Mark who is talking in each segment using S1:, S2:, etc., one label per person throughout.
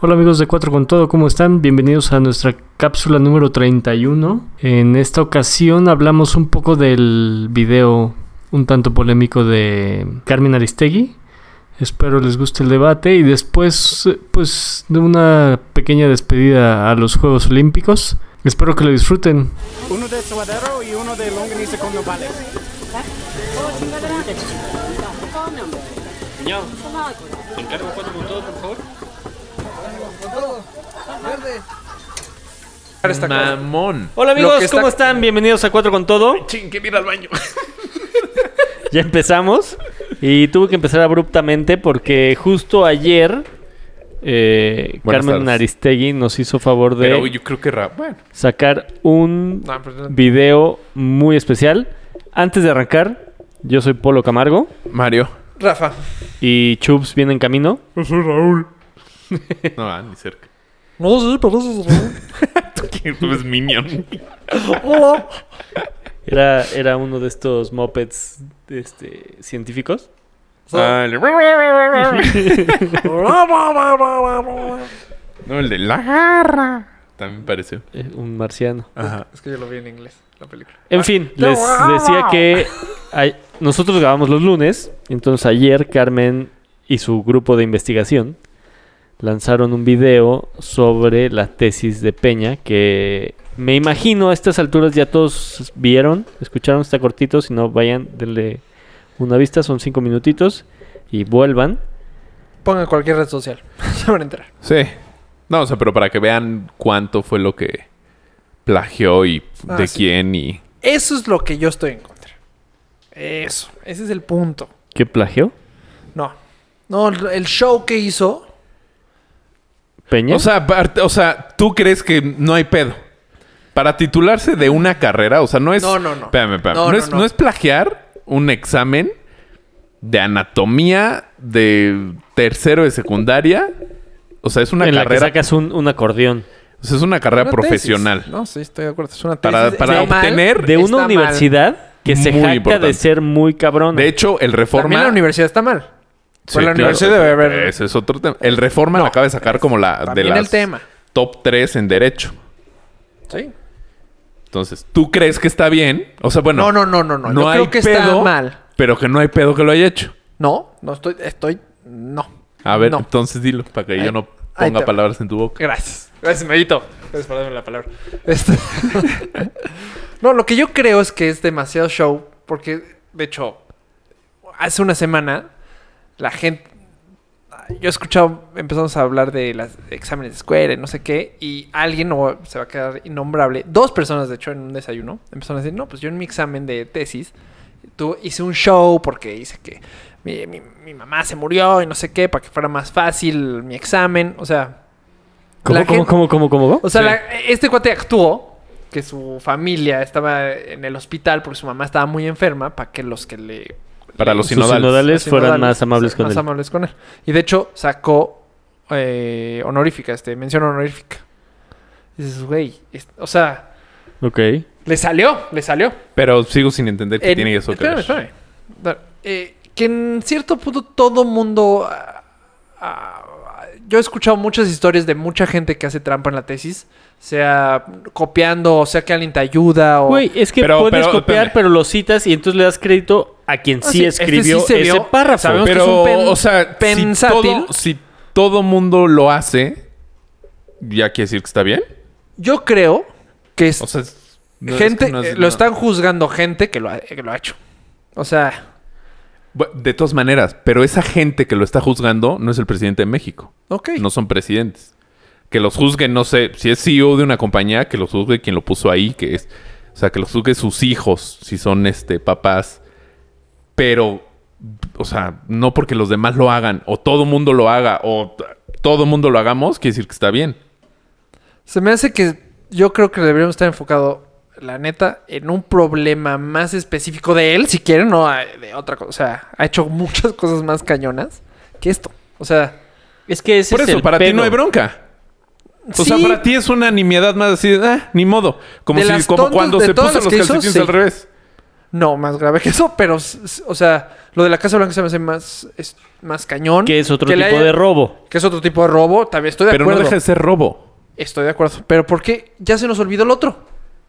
S1: Hola amigos de Cuatro con Todo, ¿cómo están? Bienvenidos a nuestra cápsula número 31. En esta ocasión hablamos un poco del video un tanto polémico de Carmen Aristegui. Espero les guste el debate y después pues de una pequeña despedida a los Juegos Olímpicos. Espero que lo disfruten.
S2: Uno de suadero y uno de longaniza con nopales.
S3: Niño, te encargo cuatro con todo, por favor.
S4: Esta cosa.
S5: Mamón.
S3: Hola
S4: Lo
S3: amigos,
S4: que está-
S3: ¿cómo están? Bienvenidos a Cuatro con Todo.
S5: Ching, que mira al baño.
S3: Ya empezamos y tuve que empezar abruptamente porque justo ayer eh,
S5: Buenas
S3: Carmen
S5: tardes.
S3: Aristegui nos hizo favor de
S5: Pero yo Ah. creo que ra- Bueno.
S3: sacar un
S4: No, pero no.
S3: video muy especial. Antes de arrancar, yo soy Polo Camargo
S5: Mario.
S4: Rafa.
S3: y Chubbs viene en camino.
S5: No, ah, ni cerca.
S4: No sé, pero eso
S5: Tú que tú eres minion.
S4: Hola.
S3: Era, era uno de estos mopeds este, científicos.
S5: Ah, el- no, el de la garra. También pareció.
S3: eh, un marciano.
S5: Ajá.
S4: Es que yo lo vi en inglés, la película.
S3: En fin, les decía que ay- nosotros grabamos los lunes, entonces ayer Carmen y su grupo de investigación lanzaron un video sobre la tesis de Peña que me imagino a estas alturas ya todos vieron, escucharon, está cortito, si no vayan, denle una vista, son cinco minutitos y vuelvan.
S4: Pongan cualquier red social. Se van a enterar.
S5: Sí. No, o sea, pero para que vean cuánto fue lo que plagió y
S4: Ah,
S5: de
S4: sí.
S5: quién y.
S4: Eso es lo que yo estoy en contra. Eso. Ese es el punto.
S3: ¿Qué plagio?
S4: No. No, el el show que hizo.
S3: Peña.
S5: O sea, part- o sea, tú crees que no hay pedo. Para titularse de una carrera, o sea, no es.
S4: No, no, no.
S5: Espérame, espérame.
S4: No,
S5: No,
S4: no,
S5: es,
S4: no.
S5: no es plagiar un examen de anatomía de tercero de secundaria. O sea, es una
S3: en la que
S5: carrera.
S3: sacas un, un acordeón.
S5: o sea, es una carrera
S4: Una
S5: profesional.
S4: tesis. No, sí, estoy de acuerdo. Es una tesis.
S5: Para- para
S4: Está mal.
S5: obtener-
S3: De
S4: Está
S3: una
S4: mal.
S3: universidad que se
S5: Muy
S3: jacta
S5: importante.
S3: de ser muy cabrona.
S5: De hecho, el
S4: También la
S5: Reforma.
S4: universidad está mal.
S5: Sí,
S4: Pero la
S5: claro.
S4: universidad debe haber.
S5: Ese es otro tema. El Reforma la acaba de sacar como la de
S4: también
S5: las
S4: el tema.
S5: top 3 en derecho.
S4: Sí.
S5: Entonces, ¿tú crees que está bien? O sea, bueno.
S4: No, no, no, no, no. Yo creo que está mal.
S5: Pero que no hay pedo que lo haya hecho.
S4: No, no estoy. Estoy. No.
S5: A ver,
S4: No.
S5: entonces dilo, para que
S4: Ahí-
S5: yo no
S4: ahí Eh, te
S5: ponga
S4: va.
S5: palabras en tu boca.
S4: Gracias. Gracias, Medito. Gracias por darme la palabra. Este- no, lo que yo creo es que es demasiado show, porque, de hecho, hace una semana, la gente. Yo he escuchado, empezamos a hablar de los exámenes de escuela y no sé qué, y alguien, o se va a quedar innombrable, dos personas, de hecho, en un desayuno, empezaron a decir, no, pues yo en mi examen de tesis, tú hice un show porque hice que mi, mi- mi mamá se murió y no sé qué, para que fuera más fácil mi examen, o sea,
S3: ¿Cómo,
S4: la
S3: cómo,
S4: gente-
S3: cómo, cómo, cómo?
S4: o sea, la- este cuate actuó que su familia estaba en el hospital porque su mamá estaba muy enferma para que los que le...
S5: Para los
S3: Sus sinodales,
S5: sinodales.
S4: los
S3: fueran
S4: sinodales
S3: más amables
S4: se-
S3: con
S4: más
S3: él.
S4: amables con él. Y de hecho sacó eh, honorífica, este, mención honorífica. Y dices, güey, es- o sea,
S3: Ok.
S4: le salió, le salió.
S5: Pero sigo sin entender qué
S4: En-
S5: tiene eso que
S4: espérame,
S5: ver.
S4: espérame. Da- eh, que en cierto punto todo mundo... ah, ah, yo he escuchado muchas historias de mucha gente que hace trampa en la tesis, sea copiando, o sea que alguien te ayuda, o...
S3: Güey, es que
S5: Pero-
S3: puedes
S5: pero,
S3: copiar,
S5: espérame.
S3: pero lo citas y entonces le das crédito a quien
S4: Ah,
S3: sí,
S4: sí, este
S3: escribió
S4: sí se
S3: ese
S4: vio.
S3: párrafo.
S4: Sabemos-
S5: Pero,
S4: Es un pen-
S5: o sea, si
S4: pensátil.
S5: todo, si todo mundo lo hace, ¿ya quiere decir que está bien?
S4: Yo creo que es,
S5: O sea, es- no, es
S4: gente,
S5: que no es-
S4: eh,
S5: no.
S4: lo están juzgando gente que lo, ha, que lo ha hecho. O sea,
S5: Bu- De todas maneras, pero esa gente que lo está juzgando no es el presidente de México.
S4: ok.
S5: No son presidentes. Que los juzguen, no sé, si es CEO de una compañía, que los juzgue quien lo puso ahí, que es. O sea, que los juzgue sus hijos, si son este papás. Pero, o sea, no porque los demás lo hagan, o todo mundo lo haga, o t- todo mundo lo hagamos, quiere decir que está bien.
S4: Se me hace que yo creo que deberíamos estar enfocado, la neta, en un problema más específico de él, si quieren, no a- de otra cosa. O sea, ha hecho muchas cosas más cañonas que esto. O sea,
S3: es que ese
S5: Por
S3: es
S5: eso,
S3: el
S5: para ti
S3: pedo.
S5: no hay bronca. O sea,
S4: sí,
S5: para ti es una nimiedad más así, de, ah, ni modo. Como
S4: De
S5: si,
S4: las
S5: como
S4: tontas-
S5: cuando
S4: de
S5: se
S4: todas
S5: puso
S4: las
S5: los
S4: que hizo,
S5: calcetines
S4: sí.
S5: al revés.
S4: No, más grave que eso, pero, s- s- o sea, lo de la Casa Blanca se me hace más, es más cañón.
S3: Que es otro
S4: le
S3: tipo
S4: haya-
S3: de robo.
S4: Que es otro tipo de robo, también estoy de
S5: Pero no
S4: acuerdo.
S5: deja de ser robo.
S4: Estoy de acuerdo. Pero ¿por qué ya se nos olvidó el otro?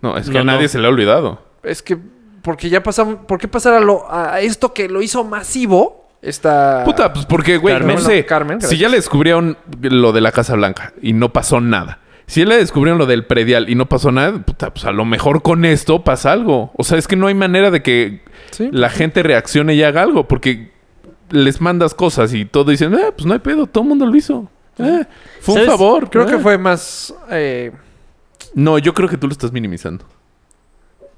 S5: No, es que
S3: No,
S5: a nadie
S3: no.
S5: se le ha olvidado.
S4: Es que, porque ya pasamos, ¿por qué pasar a, lo, a esto que lo hizo masivo? Esta...
S5: Puta, pues porque, güey,
S4: Carmen.
S5: no sé.
S4: Bueno, Carmen,
S5: si ya le descubrieron lo de la Casa Blanca y no pasó nada. Si ya le descubrieron lo del predial y no pasó nada, puta, pues a lo mejor con esto pasa algo. O sea, es que no hay manera de que
S4: Sí.
S5: la gente reaccione y haga algo, porque les mandas cosas y todo dicen, ah, pues no hay pedo, todo el mundo lo hizo. Ah, fue
S3: ¿Sabes?
S5: un favor.
S4: Creo
S5: Ah.
S4: que fue más... eh,
S5: No, yo creo que tú lo estás minimizando.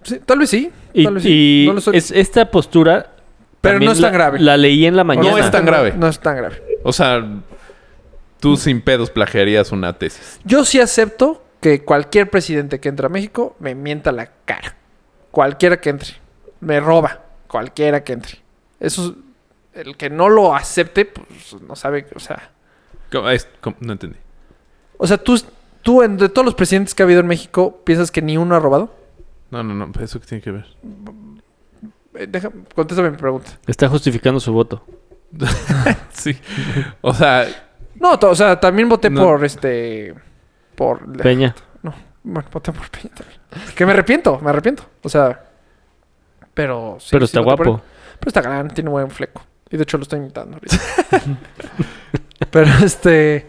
S4: sí, tal vez sí.
S3: Y,
S4: tal vez sí.
S3: y
S4: No lo estoy-
S3: es- esta postura...
S4: Pero
S3: también
S4: no es tan
S3: la-
S4: grave.
S3: La leí en la mañana.
S5: No es tan grave.
S4: No es tan grave.
S5: O sea, tú sin pedos plagiarías una tesis.
S4: Yo sí acepto que cualquier presidente que entra a México me mienta la cara. Cualquiera que entre. Me roba. Cualquiera que entre. Eso es- El que no lo acepte, pues no sabe, o sea...
S5: ¿Cómo? Es- cómo? No entendí.
S4: O sea, tú, tú en- de todos los presidentes que ha habido en México, ¿piensas que ni uno ha robado?
S5: No, no, no, eso que tiene que ver.
S4: Eh, deja- contéstame mi pregunta. Está
S3: Está justificando su voto.
S5: Sí. O sea,
S4: No, to- o sea, también voté
S5: No.
S4: por este... Por...
S3: Peña.
S4: No, bueno, voté por Peña también. Que me arrepiento, me arrepiento. O sea... Pero... sí,
S3: pero
S4: sí
S3: está
S4: voté por él.
S3: guapo.
S4: Pero está grande, tiene buen fleco. Y de hecho lo estoy imitando ahorita. Pero este...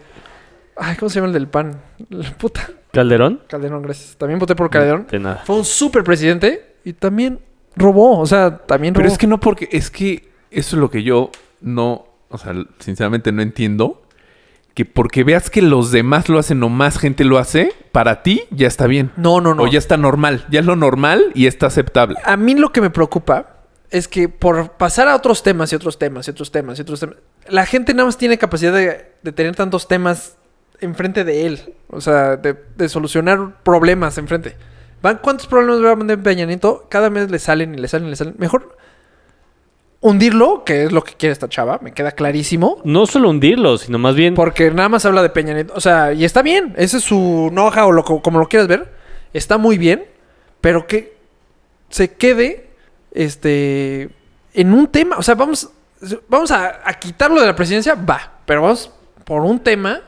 S4: Ay, ¿cómo se llama el del pan? La puta.
S3: ¿Calderón?
S4: Calderón, gracias. También voté
S5: Mm.
S4: por Calderón.
S3: De nada.
S4: Fue un súper presidente y también robó. O sea, también robó.
S5: pero es que no porque es que eso es lo que yo no, o sea, sinceramente no entiendo que porque veas que los demás lo hacen o más gente lo hace, para ti ya está bien.
S4: No, no, no.
S5: O ya está normal, ya es lo normal y está aceptable.
S4: A mí lo que me preocupa es que por pasar a otros temas y otros temas y otros temas y otros temas, la gente nada más tiene capacidad de, de tener tantos temas enfrente de él. O sea, de, de solucionar problemas enfrente. ¿Van cuántos problemas va a mandar Peña Nieto? Cada mes le salen y le salen y le salen. Mejor hundirlo, que es lo que quiere esta chava, me queda clarísimo.
S3: No solo hundirlo, sino más bien...
S4: Porque nada más habla de Peña Nieto. O sea, y está bien. Ese es su noja o lo, co- como lo quieras ver. Está muy bien. Pero que se quede este, en un tema. O sea, vamos, vamos a, a quitarlo de la presidencia. Va. Pero vamos por un tema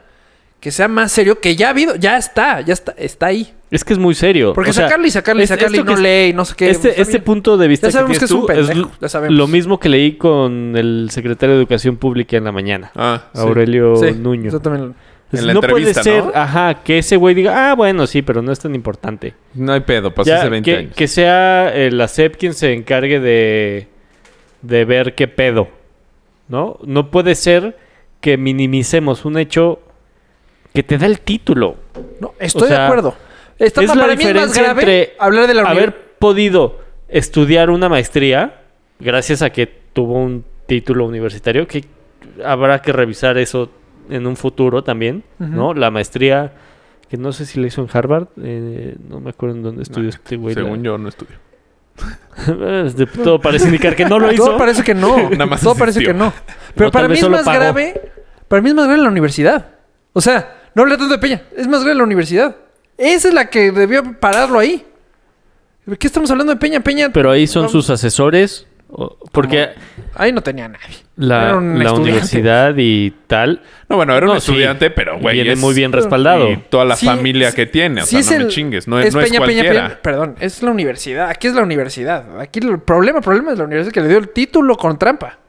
S4: que sea más serio. Que ya ha habido. Ya está. Ya está. Está ahí.
S3: Es que es muy serio.
S4: Porque
S3: O sea,
S4: sacarle y sacarle y
S3: es-
S4: sacarle y
S3: esto
S4: no
S3: que-
S4: lee y no sé qué. pues,
S3: Este,
S4: está
S3: este
S4: bien.
S3: punto de vista
S4: Ya sabemos que
S3: tienes
S4: es un
S3: tú
S4: pendejo,
S3: l-
S4: ya sabemos.
S3: lo mismo que leí con el secretario de Educación Pública en la mañana,
S5: Ah, sí.
S3: Aurelio
S4: Sí,
S3: Nuño.
S4: yo también-
S5: En la
S3: no puede
S5: entrevista,
S3: ser,
S5: ¿no?
S3: ajá, que ese güey diga, ah, bueno, sí, pero no es tan importante.
S5: No hay pedo, pasó
S3: Ya,
S5: Pues hace 20
S3: que,
S5: años.
S3: que sea eh, la SEP quien se encargue de, de ver qué pedo, ¿no? No puede ser que minimicemos un hecho que te da el título.
S4: No, estoy de
S3: sea,
S4: acuerdo. Está
S3: es la
S4: para mí es más
S3: diferencia
S4: grave
S3: entre
S4: hablar de la unidad.
S3: haber podido estudiar una maestría gracias a que tuvo un título universitario que habrá que revisar eso en un futuro también, ¿no? La maestría que no sé si la hizo en Harvard, eh, no me acuerdo en dónde estudió este güey. la-
S5: Según yo no estudio.
S3: De- todo parece indicar que no lo hizo.
S4: Todo parece que no.
S5: Nada más
S4: Todo parece
S5: existió.
S4: que no. Pero
S3: O tal
S4: para mí
S3: vez
S4: es
S3: solo
S4: más
S3: pagó.
S4: grave. Para mí es más grave la universidad. O sea, no hablé tanto de Peña. Es más grave la universidad. Esa es la que debió pararlo ahí. ¿De qué estamos hablando de Peña? Peña.
S3: Pero ahí son
S4: no,
S3: sus asesores, o- porque
S4: Ahí no tenía a nadie.
S3: la,
S4: Era un
S3: la
S4: estudiante.
S3: universidad y tal
S5: No, bueno, era un
S3: No, sí.
S5: estudiante, pero güey.
S3: viene
S5: es-
S3: muy bien respaldado.
S5: Y toda la
S4: Sí,
S5: familia
S4: sí,
S5: que tiene. O
S4: sí
S5: sea,
S4: es
S5: no me
S4: el-
S5: chingues. No es, no es cualquiera.
S4: Perdón, es la universidad. Aquí es la universidad. Aquí el problema, problema es la universidad que le dio el título con trampa.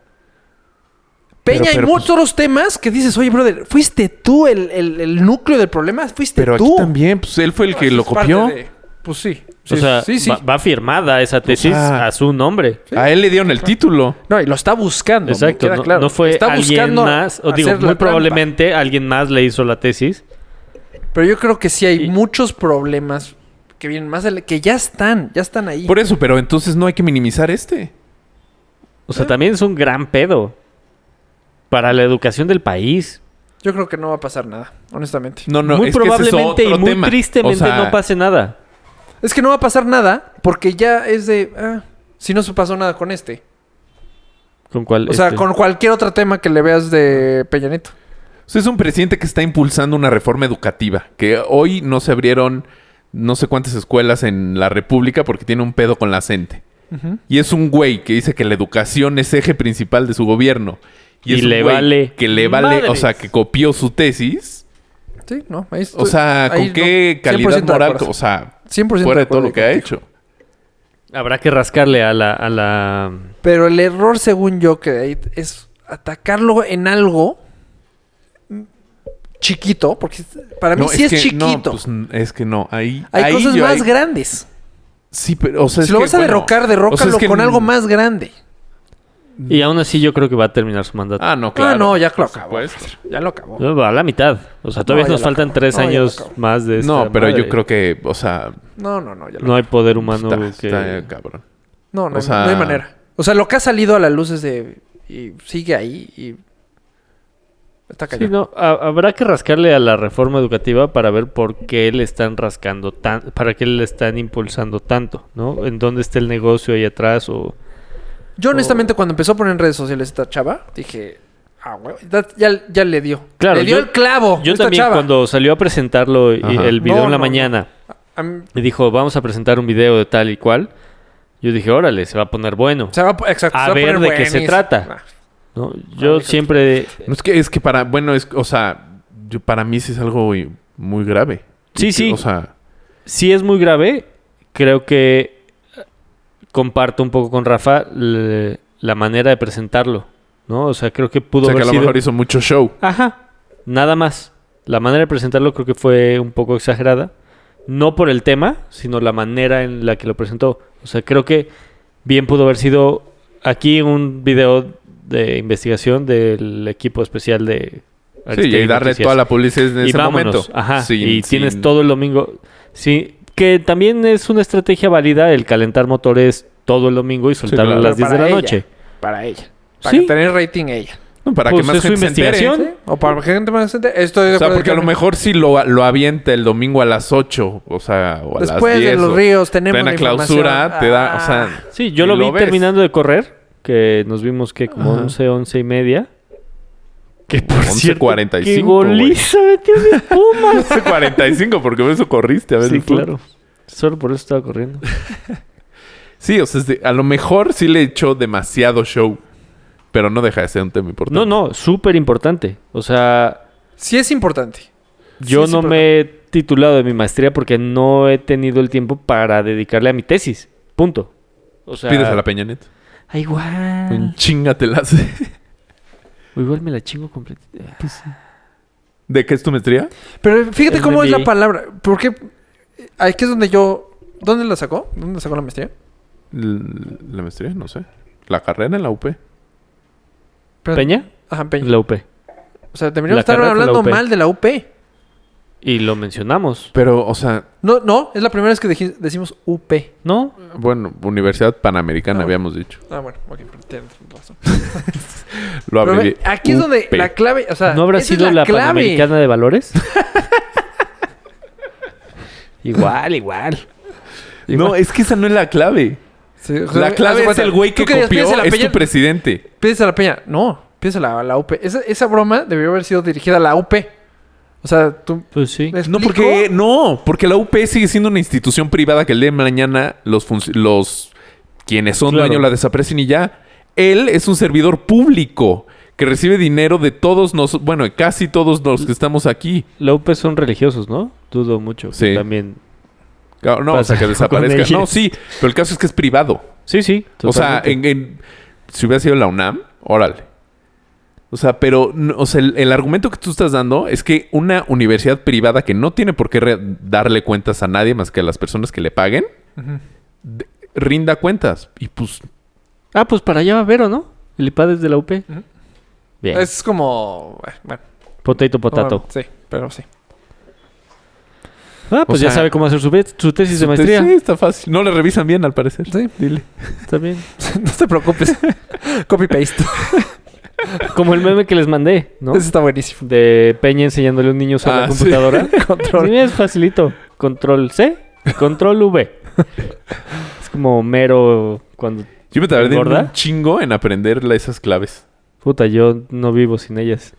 S4: Peña
S5: Pero- pero,
S4: y muchos
S3: pues-
S4: otros temas que dices, oye, brother, ¿fuiste tú el, el- el núcleo del problema? ¿Fuiste
S5: Pero
S4: tú?
S5: aquí también, pues él fue el que lo
S4: Es parte
S5: copió.
S4: de- Pues sí. sí
S3: o sea,
S4: sí, sí.
S3: Va, va firmada esa tesis
S5: sea,
S3: a su nombre.
S5: A él le dieron el título.
S4: No, y lo está buscando. me
S3: Exacto,
S4: queda
S3: no,
S4: claro.
S3: no fue
S4: está
S3: alguien
S4: buscando
S3: más, o digo,
S4: hacer la
S3: muy
S4: trampa.
S3: probablemente alguien más le hizo la tesis.
S4: Pero yo creo que sí hay
S3: Y-
S4: muchos problemas que vienen más del- que ya están, ya están ahí.
S5: Por eso, pero entonces no hay que minimizar este.
S3: O
S4: Eh.
S3: sea, también es un gran pedo para la educación del país.
S4: Yo creo que no va a pasar nada, honestamente.
S5: No, no,
S3: muy
S5: es que ese es
S3: probablemente y
S5: otro
S3: muy
S5: tema.
S3: tristemente
S5: O sea,
S3: no pase nada.
S4: Es que no va a pasar nada porque ya es de, ah, si no se pasó nada con este.
S3: ¿Con cuál?
S4: O sea,
S3: este?
S4: con cualquier otro tema que le veas de Peña Nieto.
S5: O sea, es un presidente que está impulsando una reforma educativa. Que hoy no se abrieron no sé cuántas escuelas en la República porque tiene un pedo con la gente. Y es un güey que dice que la educación es eje principal de su gobierno. Y,
S3: Y
S5: es un
S3: le
S5: güey
S3: vale.
S5: Que le vale, o
S3: Madres.
S5: sea, que copió su tesis.
S4: Sí, no. ahí estoy-
S5: O sea,
S4: Pues, ahí
S5: ¿con
S4: no,
S5: qué
S4: 100% de
S5: calidad moral?
S4: acuerdo.
S5: O sea,
S4: 100%
S5: fuera de todo
S4: acuerdo
S5: lo que ha
S4: contigo.
S5: hecho.
S3: Habrá que rascarle a la, a la...
S4: Pero el error, según yo, que hay es atacarlo en algo mm, chiquito, porque para mí
S5: No,
S4: sí es,
S5: que no,
S4: chiquito.
S5: pues, n- es que no, ahí.
S4: hay
S5: ahí
S4: cosas
S5: yo-
S4: más
S5: ahí-
S4: grandes.
S5: Sí, pero, o sea,
S4: Si
S5: es
S4: lo
S5: que,
S4: vas a
S5: bueno,
S4: derrocar,
S5: o sea,
S4: derrócalo
S5: es que
S4: con
S5: n-
S4: algo más grande.
S3: Y aún así yo creo que va a terminar su mandato.
S5: Ah, no, claro.
S4: ah, no, ya lo
S5: por
S4: acabó.
S5: supuesto.
S4: Ya lo acabó.
S3: No, Va a la mitad. O sea, todavía
S4: No, ya
S3: nos
S4: la
S3: faltan
S4: acabo.
S3: tres
S4: No, ya la
S3: años
S4: acabo.
S3: más de esta
S5: No, pero yo
S3: Este, madre.
S5: creo que, o sea,
S4: No, no, no, ya lo
S3: No hay poder humano
S5: está,
S3: que...
S5: está cabrón.
S4: No, no,
S5: O
S4: hay-
S5: sea-
S4: no hay manera. O sea, lo que ha salido a la luz es de. Y sigue ahí y. Está
S3: Sí,
S4: cayendo.
S3: no, ha- habrá que rascarle a la reforma educativa para ver por qué le están rascando tan, para qué le están impulsando tanto, ¿no? En dónde está el negocio ahí atrás o
S4: Yo, honestamente, cuando empezó a poner en redes sociales esta chava, dije. Ah, güey. Ya, ya le dio.
S3: Claro,
S4: Le dio
S3: yo-
S4: el clavo.
S3: yo
S4: Oh, esta
S3: también
S4: chava.
S3: cuando salió a presentarlo y-
S5: Ajá.
S3: el video
S4: No,
S3: en la
S4: no, no.
S3: mañana
S4: A mí-
S3: y dijo, "Vamos a presentar un video de tal y cual." Yo dije, "Órale, se va a poner bueno."
S4: se va a, po- exacto,
S3: A
S4: se va
S3: ver
S4: poner
S3: de qué se
S4: buenísimo.
S3: trata.
S4: Ah,
S3: ¿no? Yo
S4: déjate.
S3: siempre
S5: No, es que, es que para, bueno, es, o sea, yo- para mí sí es algo i- muy grave.
S3: Sí,
S5: Y-
S3: sí.
S5: O sea,
S3: si es muy grave, creo que eh, comparto un poco con Rafa le- la manera de presentarlo, ¿no? O sea, creo que
S5: o
S3: pudo
S5: sea que
S3: haber
S5: a lo
S3: sido-
S5: mejor hizo mucho show.
S3: Ajá. Nada más. La manera de presentarlo creo que fue un poco exagerada. No por el tema, sino la manera en la que lo presentó. O sea, creo que bien pudo haber sido aquí un video de investigación del equipo especial de...
S5: Sí, y
S3: Aristegui
S5: ahí darle
S3: Noticias.
S5: toda la publicidad en
S3: Y
S5: ese
S3: vámonos.
S5: momento.
S3: Ajá.
S5: Sin-
S3: y tienes
S5: sin-
S3: todo el domingo. Sí, que también es una estrategia válida el calentar motores todo el domingo y soltarlo
S5: claro.
S3: a las
S4: Pero
S3: 10 de la
S4: para ella.
S3: noche.
S4: Para ella. Para
S3: Sí.
S4: que tener rating ella.
S5: No, para
S3: Pues
S5: que más
S3: es su
S5: gente se entere.
S3: investigación.
S4: ¿Sí? O para que gente más gente. Estoy de
S5: O sea,
S4: acuerdo
S5: porque a lo
S4: también.
S5: mejor si lo, lo avienta el domingo a las 8, o sea, o a
S4: Después
S5: las 10.
S4: de los
S5: o-
S4: ríos tenemos.
S5: plena
S4: la
S5: clausura,
S4: información.
S5: te da, o
S4: Ah.
S5: sea,
S3: Sí, yo
S5: Y
S3: lo,
S5: lo
S3: vi
S5: ves.
S3: terminando de correr, que nos vimos que como
S5: Ajá.
S3: 11, 11 y media. Que por
S5: 11:45,
S3: cierto,
S5: güey.
S3: qué goliza metió de Pumas.
S5: 45, porque por eso corriste a ver
S3: sí,
S5: el fútbol.
S3: claro. Solo por eso estaba corriendo.
S5: Sí, o sea, es de- a lo mejor sí le echó demasiado show, pero no deja de ser un tema importante.
S3: No, no, súper importante. O sea,
S4: Sí es importante.
S3: yo
S4: Sí, sí,
S3: no
S4: pero-
S3: me he titulado de mi maestría porque no he tenido el tiempo para dedicarle a mi tesis. Punto. O sea,
S5: Pides a la Peña Nieto.
S3: Ah, igual.
S5: Un chingatelas.
S3: O igual me la chingo completamente.
S5: ¿De qué es tu maestría?
S4: Pero fíjate
S3: El
S4: cómo es la
S3: MBA.
S4: palabra. Porque aquí es donde yo. ¿Dónde la sacó? ¿Dónde sacó la maestría?
S5: L- La maestría, no sé. La carrera en la UP.
S4: Pero-
S3: ¿Peña?
S4: Ajá, Peña.
S3: La UP.
S4: O sea, deberíamos
S3: la
S4: estar
S3: carrera fue la
S4: hablando
S3: UP.
S4: mal de la UP.
S3: Y lo mencionamos.
S5: Pero, o sea,
S4: No, no, es la primera vez que deji- decimos UP.
S3: ¿No?
S5: bueno, Universidad Panamericana
S4: Ah,
S5: habíamos dicho.
S4: Ah, bueno, ok, pero tienes razón.
S5: Lo
S4: Pero
S5: abrevié.
S4: ve, aquí es donde
S5: UP.
S4: la clave. O sea,
S3: ¿No habrá
S4: esa es
S3: sido la,
S4: clave.
S3: Panamericana de Valores? igual, igual.
S5: No, es que esa no es la clave.
S4: Sí, o sea,
S5: La
S4: haz de
S5: clave es
S4: cuenta,
S5: el güey que
S4: tú querías
S5: copió,
S4: pídese la
S5: es
S4: Peña-
S5: tu presidente.
S4: pídese la Peña. No, pídese la, la UP. Esa, esa broma debió haber sido dirigida a la UP. O sea, tú.
S3: Pues sí.
S4: ¿me
S5: No,
S4: explico?
S5: porque no, porque la UP sigue siendo una institución privada que el día de mañana los func- los quienes son
S3: Claro.
S5: dueños la desaparecen y ya. Él es un servidor público que recibe dinero de todos nos, bueno, de casi todos los que estamos aquí.
S3: La UP son religiosos, ¿no? Dudo mucho. que
S5: Sí.
S3: También.
S5: Claro, Ah, No, o
S3: Pasa
S5: sea, que
S3: algo con
S5: desaparezca. No,
S3: ellos.
S5: sí, pero el caso es que es privado.
S3: Sí, sí.
S5: O sea,
S3: totalmente.
S5: en, en- si hubiera sido la UNAM, órale. O sea, pero no- o sea, el, el argumento que tú estás dando es que una universidad privada que no tiene por qué re- darle cuentas a nadie más que a las personas que le paguen, de- rinda cuentas. Y pues,
S3: Ah, pues para allá va Vero, ¿no? El IPAD es de la UP. Bien.
S4: Es como. Bueno,
S3: Potato, potato.
S4: no, sí, pero sí.
S3: Ah, pues
S5: O
S3: ya
S5: sea,
S3: sabe cómo hacer su, ve- su tesis de
S5: su
S3: maestría.
S5: tesis pues, está fácil. No le revisan bien, al parecer.
S4: Sí, dile.
S3: Está bien.
S4: no te preocupes. Copy paste.
S3: Como el meme que les mandé, ¿no?
S4: Eso está buenísimo.
S3: De Peña enseñándole a un niño a usar
S5: Ah,
S3: la
S5: sí.
S3: computadora.
S4: Control.
S3: Sí, es facilito. Control C, control V. es como mero cuando...
S5: Yo me tardé
S3: ¿Gorda?
S5: un chingo en aprender la- esas claves.
S3: Puta, yo no vivo sin ellas.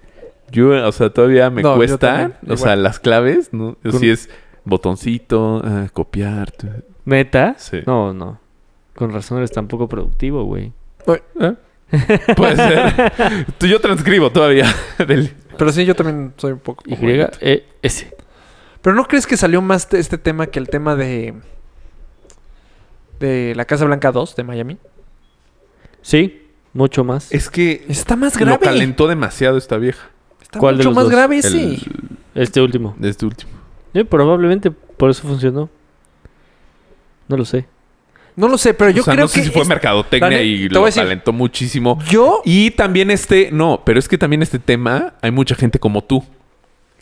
S5: Yo, o sea, todavía me
S4: No, yo
S5: cuesta.
S4: también.
S5: O sea, las claves, ¿no?
S3: Con-
S5: Si es botoncito, ah, copiar. tu-
S3: ¿Neta?
S5: Sí.
S3: No, no. Con razón eres tan poco productivo, güey.
S5: ¿Eh? Puede ser. Tú- Yo transcribo todavía. del-
S4: Pero sí, yo también soy un poco.
S3: Y,
S4: como-
S3: E, S.
S4: Pero ¿no crees que salió más te- este tema que el tema de. de la Casa Blanca 2 de Miami?
S3: Sí, mucho más.
S5: Es que
S4: Está más
S5: lo
S4: grave.
S5: calentó demasiado esta vieja.
S4: Está
S3: ¿Cuál de
S4: mucho
S3: los
S4: más
S3: dos?
S4: grave
S5: El-
S4: ese.
S3: Este último.
S5: de este último.
S3: Eh, probablemente por eso funcionó. No lo sé.
S4: No lo sé, pero yo
S5: o sea,
S4: creo
S5: no sé
S4: que.
S5: si fue
S4: es-
S5: mercadotecnia
S4: Dani,
S5: y
S4: te voy
S5: lo
S4: a decir-
S5: calentó muchísimo.
S4: Yo.
S5: Y también este, no, pero es que también este tema, hay mucha gente como tú,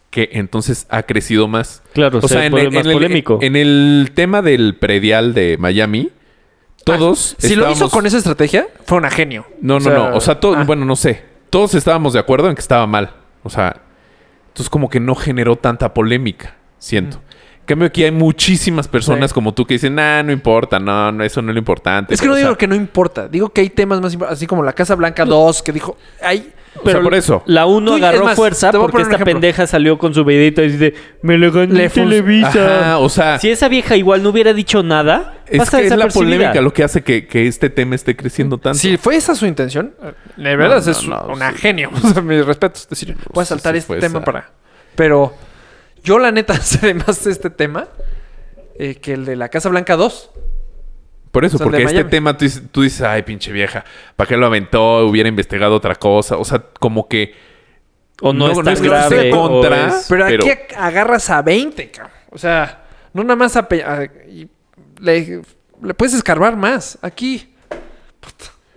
S5: que entonces ha crecido más.
S3: Claro,
S5: O sea, en el,
S3: más
S5: en el-
S3: polémico.
S5: en el tema del predial de Miami, todos...
S4: Ah, Si lo hizo
S5: estábamos-
S4: con esa estrategia, fue un genio.
S5: No, no,
S4: O sea,
S5: no. O sea, todo,
S4: ah.
S5: bueno, no sé. Todos estábamos de acuerdo en que estaba mal. O sea, entonces como que no generó tanta polémica, siento.
S3: Mm.
S5: En cambio, aquí hay muchísimas personas
S4: Sí.
S5: como tú que dicen, ah, no importa, no, no, eso no es lo importante.
S4: Es que no
S5: O
S4: digo
S5: sea,
S4: que no importa. Digo que hay temas más impo- así como la Casa Blanca 2, que dijo. Ay,
S5: o sea, por eso.
S3: La 1
S4: Tú- es
S3: agarró
S4: más,
S3: fuerza
S4: te voy a
S3: porque
S4: poner un
S3: esta
S4: ejemplo.
S3: pendeja salió con su videito y dice: Me lo gané
S4: Le
S3: en
S4: fun-
S3: Televisa.
S5: Ajá, o sea,
S3: Si esa vieja igual no hubiera dicho nada,
S5: es
S3: pasa
S5: que es la
S3: desapercibida.
S5: polémica lo que hace que, que este tema esté creciendo tanto.
S4: si fue esa su intención, Eh, de verdad es
S5: no, no,
S4: una
S5: sí.
S4: genio. O sea, mis respetos. Es decir, voy a
S5: sí,
S4: saltar
S5: sí
S4: este
S5: fue
S4: tema
S5: esa.
S4: para. Pero yo, la neta, sé más de este tema eh, que el de la Casa Blanca 2.
S5: Por eso,
S4: O sea,
S5: porque
S4: de
S5: este
S4: Miami.
S5: tema tú dices, tú dices, ay, pinche vieja, ¿para qué lo aventó? Hubiera investigado otra cosa. O sea, como que
S3: O no,
S5: No,
S3: es
S5: no
S3: tan
S5: es que no esté
S3: grave. o
S5: contra,
S3: es-
S4: Pero,
S5: Pero-
S4: aquí agarras a 20, cabrón. O sea, no nada más a. pe- a- y le, le puedes escarbar más. Aquí.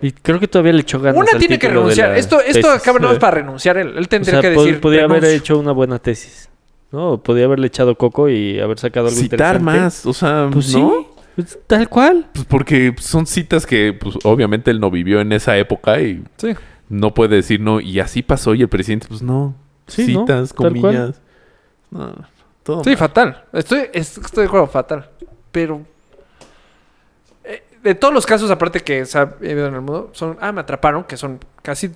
S3: Y creo que todavía le echó ganas.
S4: Una
S3: al
S4: tiene que
S3: título de
S4: renunciar.
S3: la
S4: Esto, esto
S3: tesis. eh.
S4: acaba no
S3: Sí.
S4: es para renunciar él. Él
S3: O
S4: tendría
S3: sea,
S4: que
S3: pod-
S4: decir.
S3: podría haber
S4: renuncio.
S3: hecho una buena tesis. No, podría haberle echado coco y haber sacado algo
S5: citar
S3: interesante.
S5: más, o sea,
S3: Pues
S5: ¿no?
S3: sí. pues, tal cual.
S5: Pues porque son citas que, pues, obviamente él no vivió en esa época y
S4: Sí.
S5: no puede decir no. Y así pasó y el presidente, pues, no.
S3: Sí, ¿no?
S5: citas,
S3: Tal cual.
S5: comillas. No, todo
S4: Sí,
S5: mal.
S4: fatal. Estoy, es- estoy de acuerdo, fatal. Pero. eh, De todos los casos, aparte que se ha habido en el mundo, son. Ah, me atraparon, que son casi.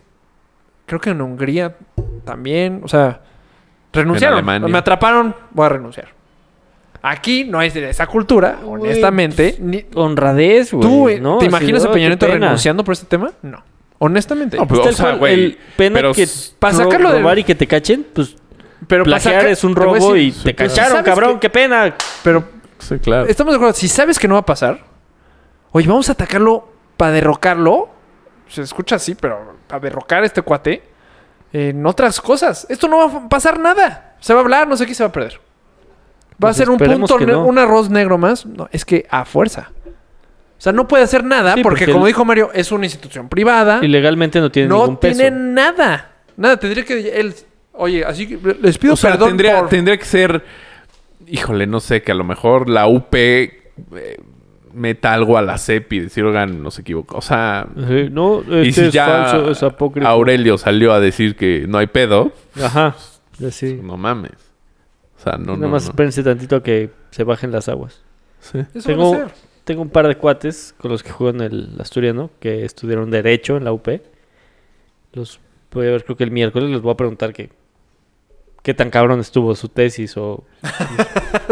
S4: Creo que en Hungría también. O sea, renunciaron.
S5: Alemania.
S4: me atraparon, voy a renunciar. Aquí no hay esa cultura, honestamente. ni-
S3: Honradez, güey.
S4: ¿Tú eh,
S3: pues, ¿no?
S4: te
S3: Así,
S4: imaginas
S3: oh,
S4: a
S3: qué
S4: Peña Nieto
S3: pena.
S4: renunciando por este tema? No. Honestamente.
S5: No, pero,
S3: Tal
S5: o sea,
S3: cual,
S5: güey.
S3: el pena
S5: pero
S3: que
S5: s-
S4: pa'
S3: ro-
S4: sacarlo del-
S3: robar y que te cachen, pues
S4: pero para
S3: plagiar
S4: sacar-
S3: es un
S4: te voy a
S3: robo
S4: decir-
S3: y te
S4: claro.
S3: cacharon,
S4: ¿Sabes
S3: cabrón,
S4: qué?
S3: qué pena.
S4: Pero
S5: Sí, claro.
S4: Estamos de acuerdo. Si sabes que no va a pasar, oye, vamos a atacarlo para derrocarlo. Se escucha así, pero para derrocar a este cuate en otras cosas. Esto no va a pasar nada. Se va a hablar, no sé qué se va a perder. Va a
S3: Pues
S4: ser un
S3: esperemos
S4: punto,
S3: que
S4: ne-
S3: no.
S4: un arroz negro más. No, es que a fuerza. O sea, no puede hacer nada
S3: Sí,
S4: porque,
S3: porque
S4: como
S3: el-
S4: dijo Mario, es una institución privada.
S3: Ilegalmente no tiene
S4: Ah. No
S3: ningún peso.
S4: tiene nada. Nada, tendría que él. Oye, así que les pido
S5: O sea,
S4: perdón.
S5: tendría,
S4: por-
S5: tendría que ser. Híjole, no sé, que a lo mejor la UP eh, meta algo a la CEP y decir, oigan, nos equivocó. O sea.
S3: Sí, no,
S5: Y
S3: este
S5: si
S3: es
S5: ya
S3: falso, es apócrifo.
S5: Aurelio salió a decir que no hay pedo,
S3: Ajá. ya sí.
S5: no mames. O sea, no,
S3: Nada
S5: no,
S3: más
S5: no.
S3: espérense tantito a que se bajen las aguas.
S5: Sí.
S4: Eso van a
S3: Tengo,
S4: hacer.
S3: tengo un par de cuates con los que juego en el asturiano que estudiaron Derecho en la UP. Los voy a ver, creo que el miércoles les voy a preguntar que, qué tan cabrón estuvo su tesis o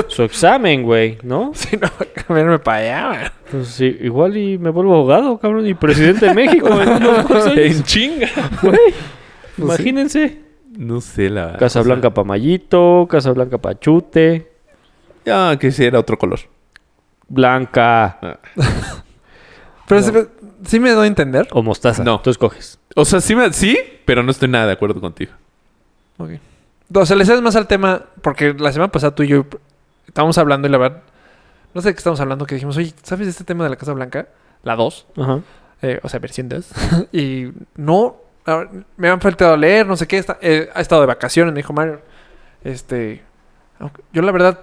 S3: su examen, güey, ¿no?
S4: Sí, no, cambiarme para allá, man.
S3: Entonces, sí, igual y me vuelvo abogado, cabrón, y presidente de México en unos pocos años,
S5: En chinga.
S3: güey. Imagínense.
S5: No sé, la verdad.
S3: Casablanca Pamayito, Casablanca Pachute,
S5: Ah, que sí, era otro color.
S3: Blanca
S4: Pero sí, me- sí me doy a entender.
S3: o Mostaza.
S5: No.
S3: Tú escoges.
S5: O sea, sí, me- sí, pero no estoy nada de acuerdo contigo.
S4: O sea, le sabes más al tema, porque la semana pasada tú y yo estábamos hablando y la verdad, no sé de qué estábamos hablando, que dijimos, oye, ¿sabes de este tema de la Casa Blanca? La 2,
S3: Ajá.
S4: eh, o sea, versión 2. y no, la verdad, me han faltado leer, no sé qué, está- eh, ha estado de vacaciones, me dijo Mario. Este, aunque- yo la verdad,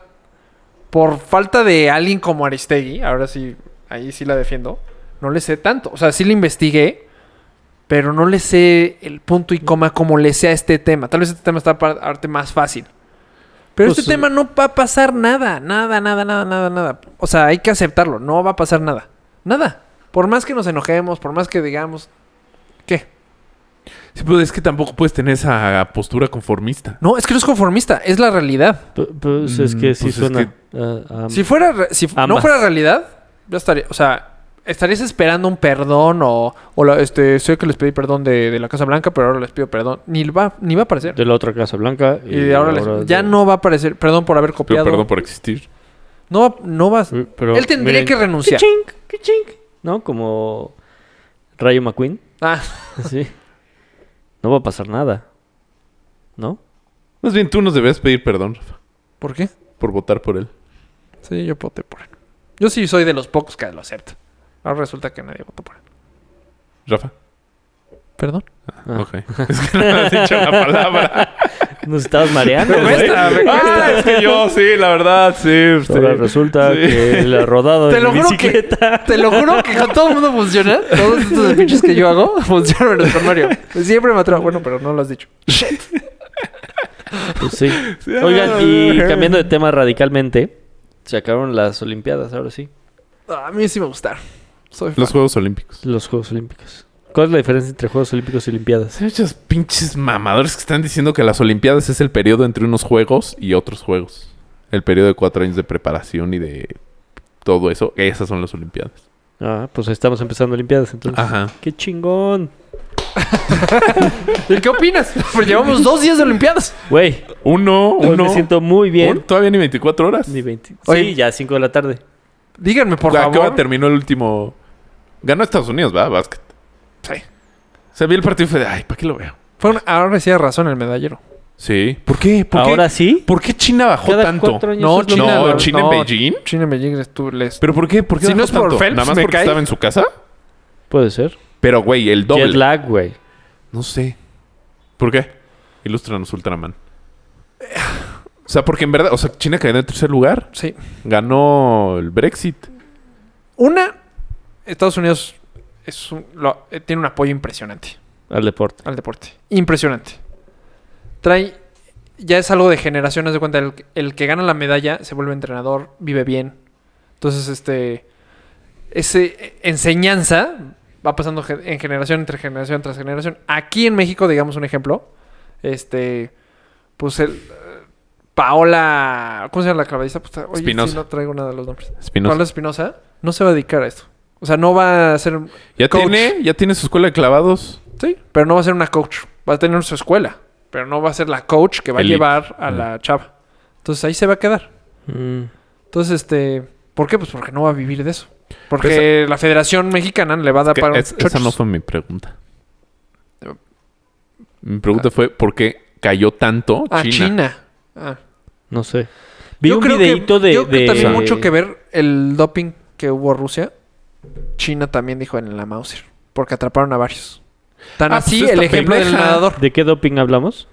S4: por falta de alguien como Aristegui, ahora sí, ahí sí la defiendo, no le sé tanto. O sea, sí le investigué, pero no le sé el punto y coma como le sé a este tema. Tal vez este tema está para arte más fácil. Pero
S3: Pues,
S4: este
S3: eh,
S4: tema no va a pasar nada, nada, nada, nada, nada, nada. O sea, hay que aceptarlo, no va a pasar nada. Nada. Por más que nos enojemos, por más que digamos, ¿qué?
S5: Sí, pero es que tampoco puedes tener esa postura conformista.
S4: No, es que no es conformista, es la realidad.
S3: P- Pues es
S5: Mm,
S3: que sí
S5: pues es
S3: suena.
S5: que-
S3: a- a-
S4: Si fuera, re- si
S3: Ambas.
S4: no fuera realidad, ya estaría, o sea, ¿Estarías esperando un perdón o, o la- este, sé que les pedí perdón de, de la Casa Blanca, pero ahora les pido perdón? Ni va, ni va a aparecer.
S3: De la otra Casa Blanca.
S4: y de ahora les-
S3: ahora
S4: ya
S3: de-
S4: no va a aparecer. Perdón por haber
S5: Pido
S4: copiado.
S5: perdón por existir.
S4: No, va- no vas.
S3: Eh, pero
S4: Él tendría
S3: miren,
S4: que renunciar.
S3: ¡Kichink! ¡Kichink! ¿No? Como Rayo McQueen.
S4: Ah,
S3: Sí. No va a pasar nada. ¿No?
S5: Más bien tú nos deberías pedir perdón, Rafa,
S4: ¿por qué?
S5: por votar por él.
S4: Sí, yo voté por él. Yo sí soy de los pocos que lo acepta. Ahora resulta que nadie votó por él.
S5: Rafa.
S4: Perdón.
S3: Ah.
S5: Ok. Es que no has dicho la palabra.
S3: Nos estabas mareando, güey.
S5: Ah, es que yo, sí, la verdad, sí. sí.
S3: Ahora resulta
S5: Sí.
S3: que la rodada
S4: Te
S3: de
S4: lo
S3: mi
S4: juro que-
S3: bicicleta.
S4: Te lo juro que con todo el mundo funciona. Todos estos pinches que yo hago funcionan menos con Mario. Siempre me atrevo. Bueno, pero no lo has dicho.
S3: Pues sí. Oigan, y cambiando de tema radicalmente, se acabaron las Olimpiadas, ahora sí.
S4: A mí sí me gustaron. Soy fan.
S5: Los Juegos Olímpicos.
S3: Los Juegos Olímpicos. ¿Cuál es la diferencia entre Juegos Olímpicos y Olimpiadas?
S5: Hay muchos pinches mamadores que están diciendo que las Olimpiadas es el periodo entre unos juegos y otros juegos. El periodo de cuatro años de preparación y de todo eso. Esas son las Olimpiadas.
S3: Ah, pues estamos empezando Olimpiadas, entonces.
S4: Ah.
S5: Ajá.
S3: ¡Qué chingón!
S4: ¿Y qué opinas? Pues llevamos dos días de Olimpiadas.
S3: Güey,
S5: Uno,
S3: hoy
S5: uno.
S3: me siento muy bien.
S5: un- todavía ni 24 horas.
S3: Ni 20.
S4: Oye.
S3: Sí, ya 5 de la tarde.
S4: Díganme, por
S5: ¿A qué hora
S4: favor.
S5: terminó el último? Ganó Estados Unidos, ¿verdad? Básquet. Sí. Se vio el partido y fue de, ay, ¿para qué lo veo?
S4: Fue una- ahora sí hay razón el medallero.
S5: Sí. ¿Por qué? ¿Por
S3: ¿Ahora
S5: qué?
S3: sí?
S5: ¿Por qué China bajó
S3: Cada
S5: tanto?
S3: cuatro años
S4: No,
S3: es lo
S4: China,
S3: mismo.
S5: no,
S4: ¿verdad?
S5: China
S4: No.
S5: en Beijing.
S4: China Beijing es tú les...
S5: ¿Pero por qué? ¿Por qué
S4: Si
S5: bajó
S4: no es por
S5: tanto?
S4: Phelps,
S5: ¿Nada más
S4: me
S5: porque
S4: cae.
S5: estaba en su casa?
S3: Puede ser.
S5: Pero, güey, el
S3: Jet
S5: doble.
S3: lag, güey.
S5: No sé. ¿Por qué? Ilústranos, Ultraman. O sea, porque en verdad... O sea, China quedó en tercer lugar.
S4: Sí.
S5: Ganó el Brexit.
S4: Una, Estados Unidos es un- lo- eh, tiene un apoyo impresionante
S3: Al deporte.
S4: al deporte. Impresionante. Trae... Ya es algo de generaciones de cuenta. El, el que gana la medalla se vuelve entrenador, vive bien. Entonces, este... Ese enseñanza va pasando ge- en generación entre generación tras generación. Aquí en México, digamos un ejemplo, este... Pues el... eh, Paola... ¿Cómo se llama la clavadista? Pues, oye, sí,
S5: Espinosa.
S4: no traigo nada de los nombres.
S5: Espinosa.
S4: Pablo Espinosa no se va a dedicar a esto. O sea, no va a ser.
S5: Ya
S4: coach.
S5: tiene... Ya tiene su escuela de clavados.
S4: Sí, pero no va a ser una coach. Va a tener su escuela. Pero no va a ser la coach que va
S5: Elite.
S4: a llevar a la chava. Entonces ahí se va a quedar.
S3: Mm.
S4: Entonces, este. ¿Por qué? Pues porque no va a vivir de eso. Porque la Federación Mexicana le va a dar
S5: Que
S4: Ah, para.
S5: Pues, eh, es- esa no fue mi pregunta. Mi pregunta fue por qué cayó tanto China.
S4: A Ah, China. Ah.
S3: No sé. Vi
S4: Yo
S3: un
S4: creo que-
S3: videíto de...
S4: Yo creo que
S3: de-
S4: también mucho que ver el doping que hubo Rusia. China también dijo en la Mauser. Porque atraparon a varios. Tan
S5: Ah, pues
S4: así
S5: esta
S4: el ejemplo del
S5: pendeja.
S4: nadador.
S3: ¿De qué doping hablamos?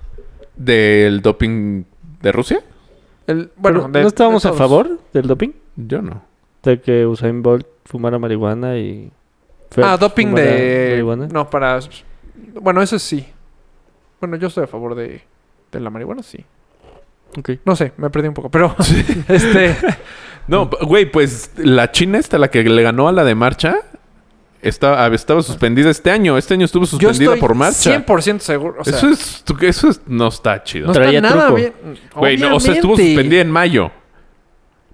S5: ¿Del doping de Rusia?
S4: El- bueno,
S3: Pero,
S4: de-
S3: ¿no estábamos
S4: de
S3: a
S4: todos.
S3: favor del doping?
S5: Yo no.
S3: De que Usain Bolt fumara marihuana y...
S4: Ah,
S3: Phelps
S4: doping
S3: fumara
S4: de.
S3: marihuana.
S4: No, para. Bueno, eso sí. Bueno, yo estoy a favor de, de la marihuana, sí.
S3: Ok.
S4: No sé, me perdí un poco, pero. este.
S5: No, p- güey, pues la China esta, la que le ganó a la de marcha, estaba, estaba suspendida este año. Este año estuvo
S4: Yo
S5: suspendida
S4: estoy
S5: por marcha.
S4: 100% seguro. O sea,
S5: eso es, tú- eso es- no está
S4: no
S5: chido.
S4: está
S3: Traía
S4: nada
S3: truco.
S4: bien.
S5: Güey, no, o sea, estuvo
S4: Obviamente.
S5: suspendida en mayo.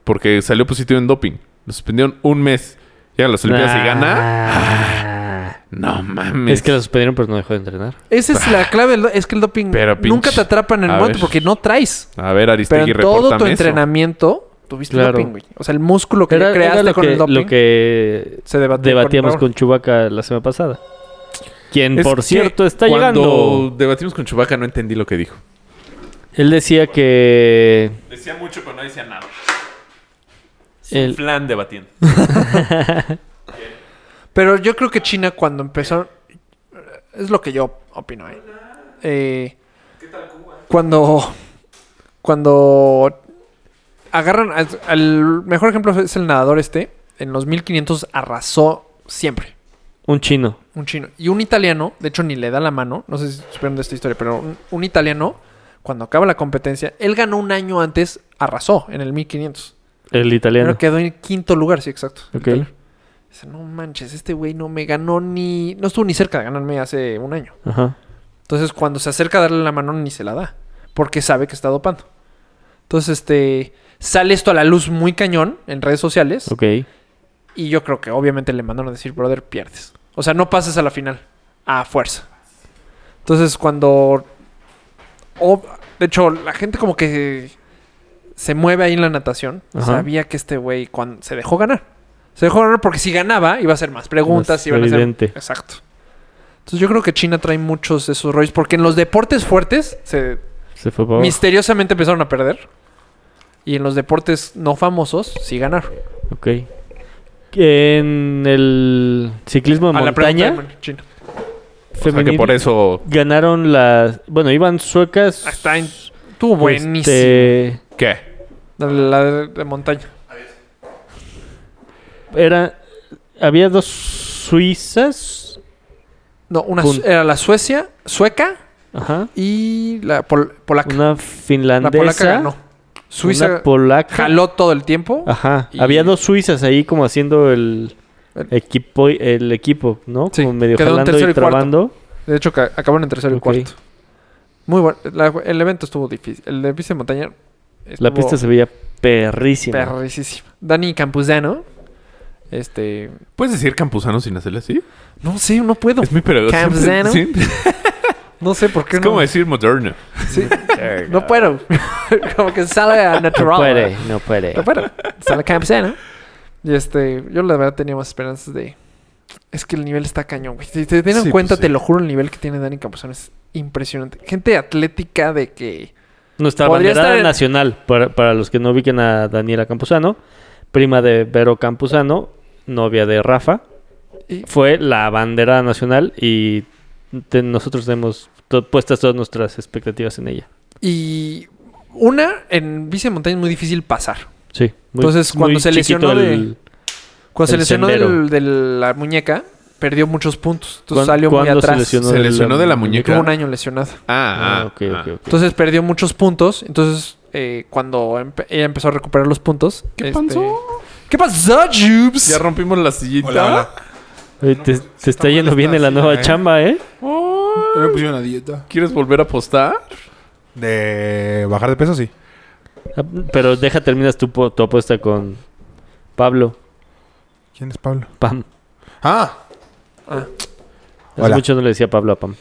S5: Porque salió positivo en doping. Lo suspendieron un mes. Llega a las Olimpiadas y gana.
S3: gana.
S5: No
S4: Ah.
S5: mames.
S3: Ah. Es que la suspendieron, pero no dejó de entrenar.
S4: Esa es la clave. del do- Es que el doping
S5: Pero
S4: nunca
S5: pinche-
S4: te atrapan en
S5: a
S4: el momento
S5: ver.
S4: porque no traes.
S5: A ver,
S4: Pero
S5: Aristegui,
S4: en todo
S5: repórtame
S4: tu
S5: eso.
S4: entrenamiento tuviste
S3: Claro.
S4: doping, güey. O sea, el músculo que
S3: Era,
S4: creaste
S3: era lo,
S4: con
S3: que,
S4: el doping.
S3: lo que
S4: se debatió
S3: debatíamos
S4: Raúl.
S3: con Chubaca la semana pasada. Quien,
S5: Es
S3: por
S5: que
S3: cierto, está
S5: cuando
S3: llegando.
S5: debatimos con Chubaca no entendí lo que dijo.
S3: Él decía que.
S5: Decía mucho, pero no decía nada.
S3: el-
S5: plan debatiendo.
S4: Pero yo creo que China cuando empezó... Es lo que yo opino. ¿eh? Eh, Cuando... Cuando... Agarran... al- al- mejor ejemplo es el nadador este. En los 1500 arrasó siempre.
S3: un chino.
S4: Un chino. Y un italiano, de hecho ni le da la mano. No sé si supieron de esta historia, pero un, un italiano, cuando acaba la competencia, él ganó un año antes, arrasó en el 1500.
S3: El
S4: Pero
S3: italiano.
S4: quedó en quinto lugar, sí, exacto. el
S3: Ok.
S4: italiano. Dice, no manches, este güey no me ganó ni... No estuvo ni cerca de ganarme hace un año.
S3: Ajá.
S4: Entonces, cuando se acerca a darle la mano, ni se la da. Porque sabe que está dopando. Entonces, este... Sale esto a la luz muy cañón en redes sociales.
S3: Ok.
S4: Y yo creo que obviamente le mandaron a decir, brother, pierdes. O sea, no pases a la final. A fuerza. Entonces, cuando. o- de hecho, la gente como que se mueve ahí en la natación.
S3: Ajá.
S4: Sabía que este güey cuando se dejó ganar. Se dejó ganar porque si ganaba iba a ser más preguntas.
S3: Más
S4: iban a ser-
S3: evidente.
S4: Exacto. Entonces yo creo que China trae muchos de esos rollos. Porque en los deportes fuertes se
S3: Se fue para abajo.
S4: misteriosamente empezaron a perder. Y en los deportes no famosos sí ganaron.
S3: Ok. En el ciclismo de
S4: A la
S3: montaña
S4: pregunta de China.
S5: O sea, que
S3: femenil,
S5: por eso...
S3: ganaron las... Bueno, iban suecas...
S4: Ah, Está en- Estuvo buenísimo.
S3: este,
S5: ¿Qué?
S4: La, la de, de montaña.
S3: era... Había dos suizas.
S4: No, una
S3: Pun-
S4: su- era la Suecia, sueca
S3: Ajá.
S4: y la pol- polaca.
S3: Una
S4: la
S3: finlandesa.
S4: polaca ganó. Suiza
S3: Una Ah. polaca.
S4: jaló todo el tiempo.
S3: Ajá.
S4: Y-
S3: Había dos suizas ahí como haciendo el
S4: El-
S3: equipo, el equipo, ¿no?
S4: Sí,
S3: Como medio
S4: quedó en
S3: jalando
S4: tercero
S3: y
S4: y cuarto.
S3: trabando.
S4: De hecho, ca- acabaron en tercero
S3: Ok.
S4: y cuarto. Muy bueno. La- el evento estuvo difícil. El de pista de montaña.
S3: La pista se veía perrísima.
S4: perricísima. Dani Campuzano. Este.
S5: ¿Puedes decir campusano sin hacerle así?
S4: No sé, no puedo.
S5: Es mi periodo.
S4: Campuzano.
S5: Sí.
S4: No sé por qué
S5: Es
S4: no.
S5: como decir moderno.
S4: Sí. No puedo. Como que sale a natural.
S3: No puede, no puede.
S4: Pero pues, bueno, sale Campuzano. Y este, yo la verdad tenía más esperanzas de. Es que el nivel está cañón, güey. Si te dieron
S5: Sí,
S4: cuenta,
S5: pues,
S4: te
S5: sí.
S4: lo juro, el nivel que tiene Dani Campuzano es impresionante. Gente atlética de que.
S3: Nuestra
S4: Podría
S3: banderada
S4: estar en-
S3: nacional, para, para los que no ubiquen a Daniela Campuzano, prima de Vero Campuzano, novia de Rafa,
S4: Y-
S3: fue la banderada nacional y te- nosotros tenemos to- puestas todas nuestras expectativas en ella.
S4: Y una, en bici de montaña es muy difícil pasar.
S3: Sí. muy-
S4: Entonces,
S3: muy
S4: cuando se
S3: chiquito
S4: lesionó de-
S3: el-
S4: Cuando se
S3: El
S4: lesionó
S3: sendero.
S4: del- de la muñeca, perdió muchos puntos. Entonces
S3: ¿Cuán-
S4: salió muy
S3: cuándo
S4: atrás.
S5: Se lesionó de la muñeca?
S4: Tuvo un año lesionado.
S5: Ah, ah,
S3: Ah, ok,
S5: ah.
S3: ok, ok.
S4: Entonces perdió muchos puntos. Entonces, eh, cuando empe- ella empezó a recuperar los puntos. este,
S5: ¿Qué pasó?
S4: ¿Qué pasó, Jubes?
S5: Ya rompimos la sillita.
S6: Hola, hola.
S3: Oye, te, te está,
S6: está
S3: yendo
S6: mal
S3: bien
S6: esta
S3: en la nueva
S6: silla, ¿eh?
S3: chamba, ¿eh?
S6: Ya me pusieron a dieta.
S5: ¿Quieres volver a apostar?
S6: De bajar de peso, sí.
S3: Ah, Pero deja, terminas tu, po- tu apuesta con Pablo.
S6: ¿Quién es Pablo?
S3: Pam.
S6: Ah,
S3: Hace
S6: Hola.
S3: mucho no le decía Pablo a Pam.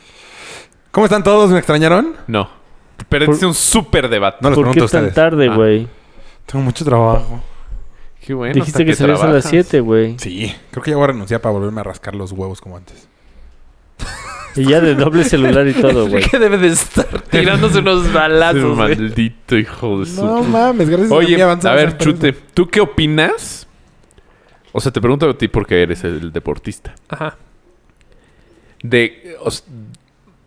S6: ¿cómo están todos? ¿Me extrañaron?
S5: No. Perdiste un súper debate.
S6: No les
S3: ¿Por qué
S6: pregunto a
S3: tan
S6: ustedes.
S3: tarde,
S5: Ah.
S3: güey?
S6: Tengo mucho trabajo.
S5: Qué bueno.
S3: Dijiste
S5: hasta
S3: que, salías a las
S5: trabajas.
S3: 7, güey.
S6: Sí, creo que ya voy a renunciar para volverme a rascar los huevos como antes.
S3: Y ya de doble celular y todo, güey.
S4: que debe de estar tirándose unos
S5: Ese
S4: balazos, güey.
S5: Maldito hijo
S3: Pues,
S5: de su.
S6: No mames, gracias
S5: Oye,
S6: mí avanzamos
S5: a ver,
S6: en peso.
S5: chute. ¿Tú qué opinas? O sea, te pregunto a ti porque eres el deportista.
S4: Ajá.
S5: De, o s-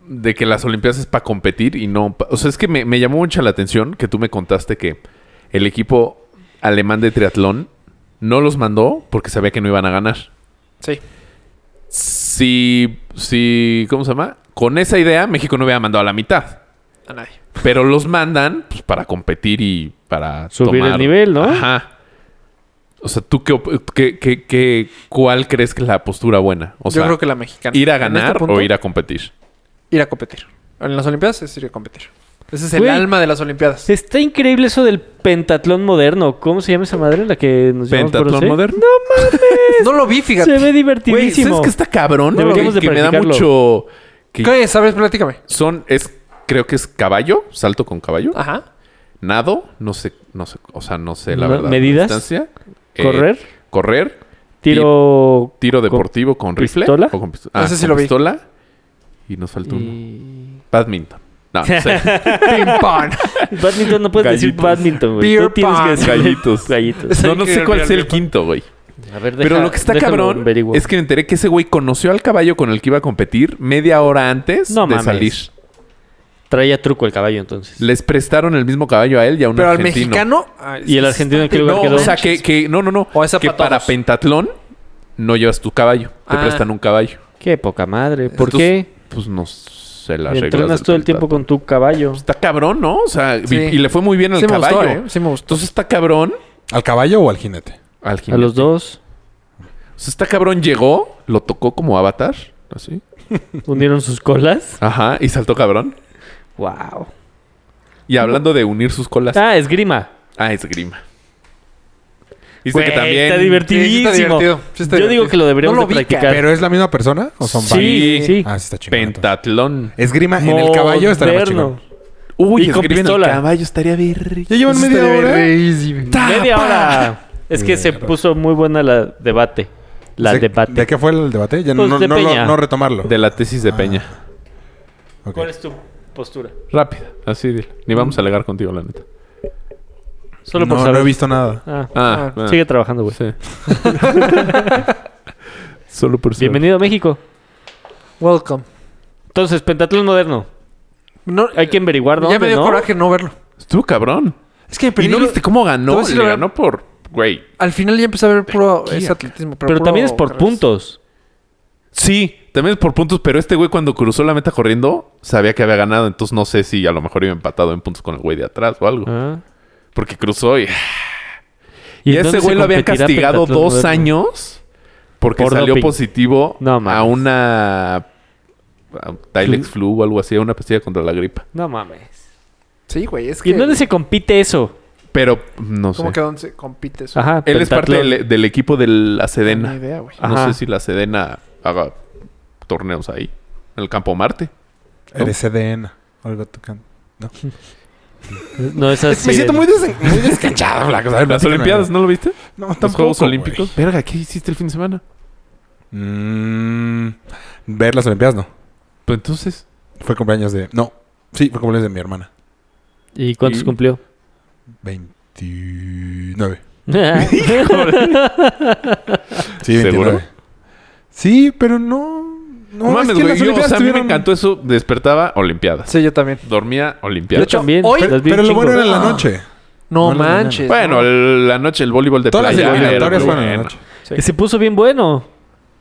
S5: de que las Olimpiadas es para competir y no... pa- o sea, es que me, me llamó mucho la atención que tú me contaste que el equipo alemán de triatlón no los mandó porque sabía que no iban a ganar.
S4: Sí.
S5: Si... si ¿Cómo se llama? Con esa idea México no hubiera mandado a la mitad.
S4: A nadie.
S5: Pero los mandan pues, para competir y para
S3: Subir el nivel, ¿no?
S5: Ajá. O sea, ¿tú qué, op- qué, qué- qué- cuál crees que es la postura buena? O sea,
S4: Yo creo que la mexicana.
S5: ir a
S4: En
S5: ganar
S4: este punto,
S5: o ir a competir.
S4: ir a competir. En las Olimpiadas es ir a competir. Ese es el
S3: Güey.
S4: alma de las Olimpiadas.
S3: Está increíble eso del pentatlón moderno. ¿Cómo se llama esa madre la que nos llevamos por
S5: Pentatlón
S3: Océ?
S5: moderno.
S4: No lo vi,
S3: Se
S4: fíjate.
S3: ve
S5: Güey, ¿sabes
S3: divertidísimo.
S5: que está cabrón?
S3: Deberíamos
S5: que,
S3: de
S5: que me da
S3: practicarlo.
S5: mucho que
S4: ¿Qué? ¿Sabes? Platícame.
S5: son es creo que es caballo, salto con caballo,
S4: Ajá.
S5: nado, no sé, no sé, o sea, no sé la
S3: No,
S5: verdad.
S3: medidas,
S5: distancia, eh,
S3: Correr,
S5: correr,
S3: tiro...
S5: tiro deportivo con, rifle
S3: pistola?
S5: o con pistola.
S4: Ese sí lo vi.
S5: pistola. Y nos faltó uno.
S3: y-
S5: Badminton. No, no sé.
S4: Ping pong.
S3: Badminton, no puedes decir
S5: Gallitos.
S3: badminton, güey.
S4: Beer
S3: Tú tienes que
S4: pong.
S3: decir
S5: Gallitos.
S3: gallitos.
S5: no, no sé cuál es el quinto, güey.
S3: A ver,
S5: Pero lo que está cabrón es que me enteré que ese güey conoció al caballo con el que iba a competir media hora antes
S3: No
S5: de
S3: mames.
S5: salir.
S3: Traía truco el caballo, entonces.
S5: Les prestaron el mismo caballo a él y a un
S4: Pero al
S5: argentino.
S4: mexicano. ay,
S3: ¿Y el
S4: sí,
S3: argentino en qué lugar
S5: No,
S3: quedó?
S5: o sea, que, que- no, no, no.
S4: O esa
S5: que
S4: pa'
S5: para
S4: todos.
S5: pentatlón no llevas tu caballo. Te
S4: Ah.
S5: prestan un caballo.
S3: Qué poca madre. ¿Por
S5: Entonces,
S3: qué?
S5: Pues no sé las reglas.
S3: Entrenas
S5: del
S3: todo el tiempo
S5: pentatlón.
S3: con tu caballo.
S5: Está cabrón, ¿no? O sea, y-
S4: Sí.
S5: y, le fue muy bien al
S4: Sí me
S5: caballo.
S4: gustó, ¿eh? Sí me gustó.
S5: Entonces está cabrón.
S6: ¿Al caballo o al jinete?
S5: Pues, Al
S3: A los dos
S5: O sea, está cabrón llegó, lo tocó como avatar. Así.
S3: unieron sus colas.
S5: Ajá. Y saltó cabrón.
S3: Wow.
S5: Y hablando de unir sus colas.
S3: Ah, esgrima.
S5: Ah, esgrima. Dice que
S3: Güey,
S5: también.
S3: Está
S4: Sí,
S3: divertidísimo.
S4: está divertido, sí está
S3: Yo
S4: divertido.
S3: digo que lo deberíamos
S4: No lo
S3: de
S4: ubica,
S3: practicar.
S6: ¿Pero es la misma persona o son varios?
S3: sí, sí.
S6: Ah, sí está chingón. entonces.
S5: Pentatlón.
S6: Esgrima en el caballo estaría más
S3: Moderno.
S6: chingón.
S5: Uy,
S3: Y con
S5: escriben el
S3: pistola.
S5: caballo estaría ver.
S6: Ya llevan media hora. Ah,
S3: Media hora. Es que se
S6: Mierda.
S3: puso muy buena la debate. La
S6: ¿De-
S3: debate.
S6: ¿De qué fue el debate? Ya no,
S3: Pues
S6: no,
S3: de
S6: no lo-
S3: Peña.
S6: no retomarlo.
S5: De la tesis de
S6: Ah.
S5: Peña.
S6: Ok.
S3: ¿Cuál es tu postura?
S5: Rápida. Así dile. Ni vamos a alegar contigo, la neta.
S3: Solo
S6: no,
S3: por
S6: no
S3: saber.
S6: he visto nada.
S3: Ah,
S5: Ah, ah.
S3: Sigue trabajando, güey.
S5: Sí. Solo por saber.
S3: Bienvenido a México.
S4: Welcome.
S3: Entonces, pentatlón moderno.
S4: No,
S3: Hay que averiguar
S4: ya
S3: dónde,
S4: me dio
S3: ¿no?
S4: coraje no verlo.
S5: Estuvo cabrón.
S4: Es que me
S5: ¿Y
S4: perdí.
S5: no
S4: lo-
S5: viste cómo
S4: Te voy
S5: ganó?
S4: a decir
S5: Le
S4: la
S5: ganó por... Güey.
S4: Al final ya empecé a ver puro es atletismo. Pero,
S3: Pero
S4: puro
S3: también es por
S4: carreras.
S3: puntos.
S5: Sí, también es por puntos, pero este güey cuando cruzó la meta corriendo sabía que había ganado, entonces no sé si a lo mejor iba empatado en puntos con el güey de atrás o algo.
S3: Ah.
S5: Porque cruzó y...
S3: ¿Y
S5: Y a ese
S3: entonces
S5: güey
S3: se
S5: lo habían
S3: competirá
S5: castigado
S3: pentatlón
S5: dos
S3: moderno?
S5: años porque
S3: Por
S5: salió
S3: doping.
S5: positivo
S3: No
S5: a
S3: mames.
S5: una... a un Tilex flu o algo así, a una pastilla contra la gripa.
S3: No mames.
S4: Sí, güey. Es
S3: ¿Y
S4: que.
S3: en dónde se compite eso?
S5: Pero no sé.
S4: ¿Cómo que dónde se compite eso?
S3: Ajá.
S5: Él es parte
S3: pentatlón.
S5: del, del equipo de la
S4: No
S5: Sedena.
S4: tengo idea, güey.
S5: No
S3: Ajá.
S5: sé si la Sedena haga torneos ahí. En el Campo Marte. ¿No?
S6: Eres CDN. Algo tocando.
S3: No es así.
S6: Me siento
S3: de-
S6: muy, desen- muy descanchado, flaco. ¿sabes?
S5: Las
S6: Platícame.
S5: Olimpiadas, ¿no lo viste?
S6: No,
S5: Los
S6: tampoco,
S5: Juegos
S6: güey.
S5: Olímpicos. Verga, ¿qué hiciste el fin de semana?
S6: Mm, ver las Olimpiadas, no.
S5: Pues entonces.
S6: Fue cumpleaños de. No. Sí, fue cumpleaños de mi hermana.
S3: ¿Y cuántos
S5: Y-
S3: cumplió?
S6: 29.
S3: Ah,
S6: Sí,
S5: ¿Seguro?
S6: 29. Sí, pero no. No,
S5: No
S6: es
S5: mames,
S6: que
S5: güey.
S6: las
S5: yo, O sea,
S6: Olimpiadas
S5: a mí me
S6: tuvieron-
S5: encantó eso. Despertaba Olimpiadas.
S4: Sí, yo también.
S5: Dormía
S3: Yo
S5: Olimpiadas.
S3: también.
S4: hoy-
S3: las vi un
S6: Pero lo
S3: chingo. Ah,
S6: bueno era en la
S5: Ah,
S6: noche.
S4: No,
S6: No, no, no, no.
S4: manches.
S5: bueno, el- la noche el voleibol de
S6: Todas las
S5: playa.
S6: eliminatorias
S5: era
S6: fueron en la
S5: bueno.
S6: noche.
S3: Que se puso bien bueno.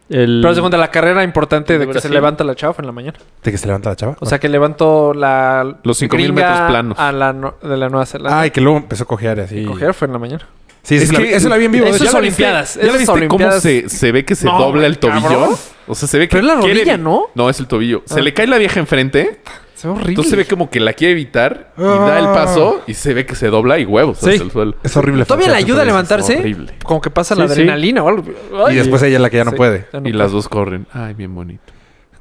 S3: El...
S4: Pero se cuenta la carrera importante de que se
S5: Brasil.
S4: levanta la chava en la mañana.
S6: ¿De que se levanta la chava?
S4: O sea, que levantó la.
S5: Los 5,000
S4: gringa
S5: metros planos.
S4: A la no- de la Nueva Zelanda.
S6: Ay, que luego empezó a Ah. cojear y así.
S4: Coger fue en la mañana.
S6: Sí, sí,
S5: Es
S6: la-
S5: que-
S6: eso la vi en vivo.
S4: Eso
S6: ¿Ya
S4: es
S6: la viste?
S4: Olimpiadas.
S5: ¿Ya
S4: Eso es
S5: viste cómo
S4: Olimpiadas.
S5: se, se ve que se
S4: No,
S5: dobla el
S4: cabrón.
S5: tobillo? O sea, se ve que.
S4: Pero es la
S5: quiere-
S4: rodilla, ¿no?
S5: No, es el tobillo.
S6: Ah.
S5: Se le cae la vieja enfrente.
S4: Se ve horrible.
S5: Entonces se ve como que la quiere evitar. Y da el
S6: Ah.
S5: paso. Y se ve que se dobla y huevos
S4: Sí.
S5: hacia el suelo.
S6: Es horrible.
S4: Todavía le
S6: Francia,
S4: ayuda a
S6: pero es
S4: levantarse. ¿eh?
S5: horrible.
S4: Como que pasa la
S3: Sí, sí.
S4: adrenalina o algo.
S6: horrible. Y después ella es la que ya no
S4: Sí.
S6: puede.
S4: Ya no
S5: Y
S4: puede.
S5: las dos corren. Ay, bien bonito.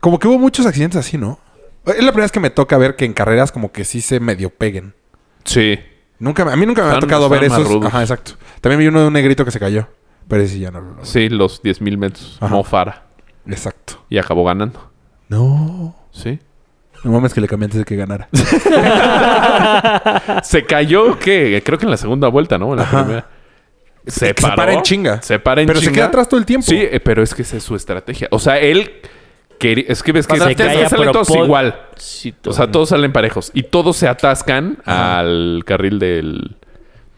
S6: Como que hubo muchos accidentes así, ¿no? Es la primera vez que me toca ver que en carreras como que sí se medio peguen.
S5: Sí.
S6: Nunca, me- a mí nunca me ha
S5: Están-
S6: tocado ver
S5: están más
S6: esos.
S5: rudos.
S6: Ajá, exacto. También vi uno de un negrito que se cayó. Pero ese sí ya no lo logró.
S5: Sí, los 10.000 metros.
S6: Ajá.
S5: Mofara.
S6: Exacto.
S5: Y acabó ganando.
S6: No.
S5: Sí.
S6: No mames que le cambié antes de que ganara.
S5: Se cayó, ¿qué? Creo que en la segunda vuelta, ¿no? En la
S6: Ajá.
S5: primera. Se,
S6: que se
S5: paró,
S6: para en chinga.
S5: Se para en
S6: pero
S5: chinga.
S6: se queda atrás todo el tiempo.
S5: Sí, eh, pero es que esa es su estrategia. O sea, él... queri- Es que ves que,
S3: Se
S5: es que
S3: cae a
S5: salen todos
S3: propós-
S5: igual.
S3: Sí,
S5: O sea, todos salen parejos. Y todos se atascan al carril del...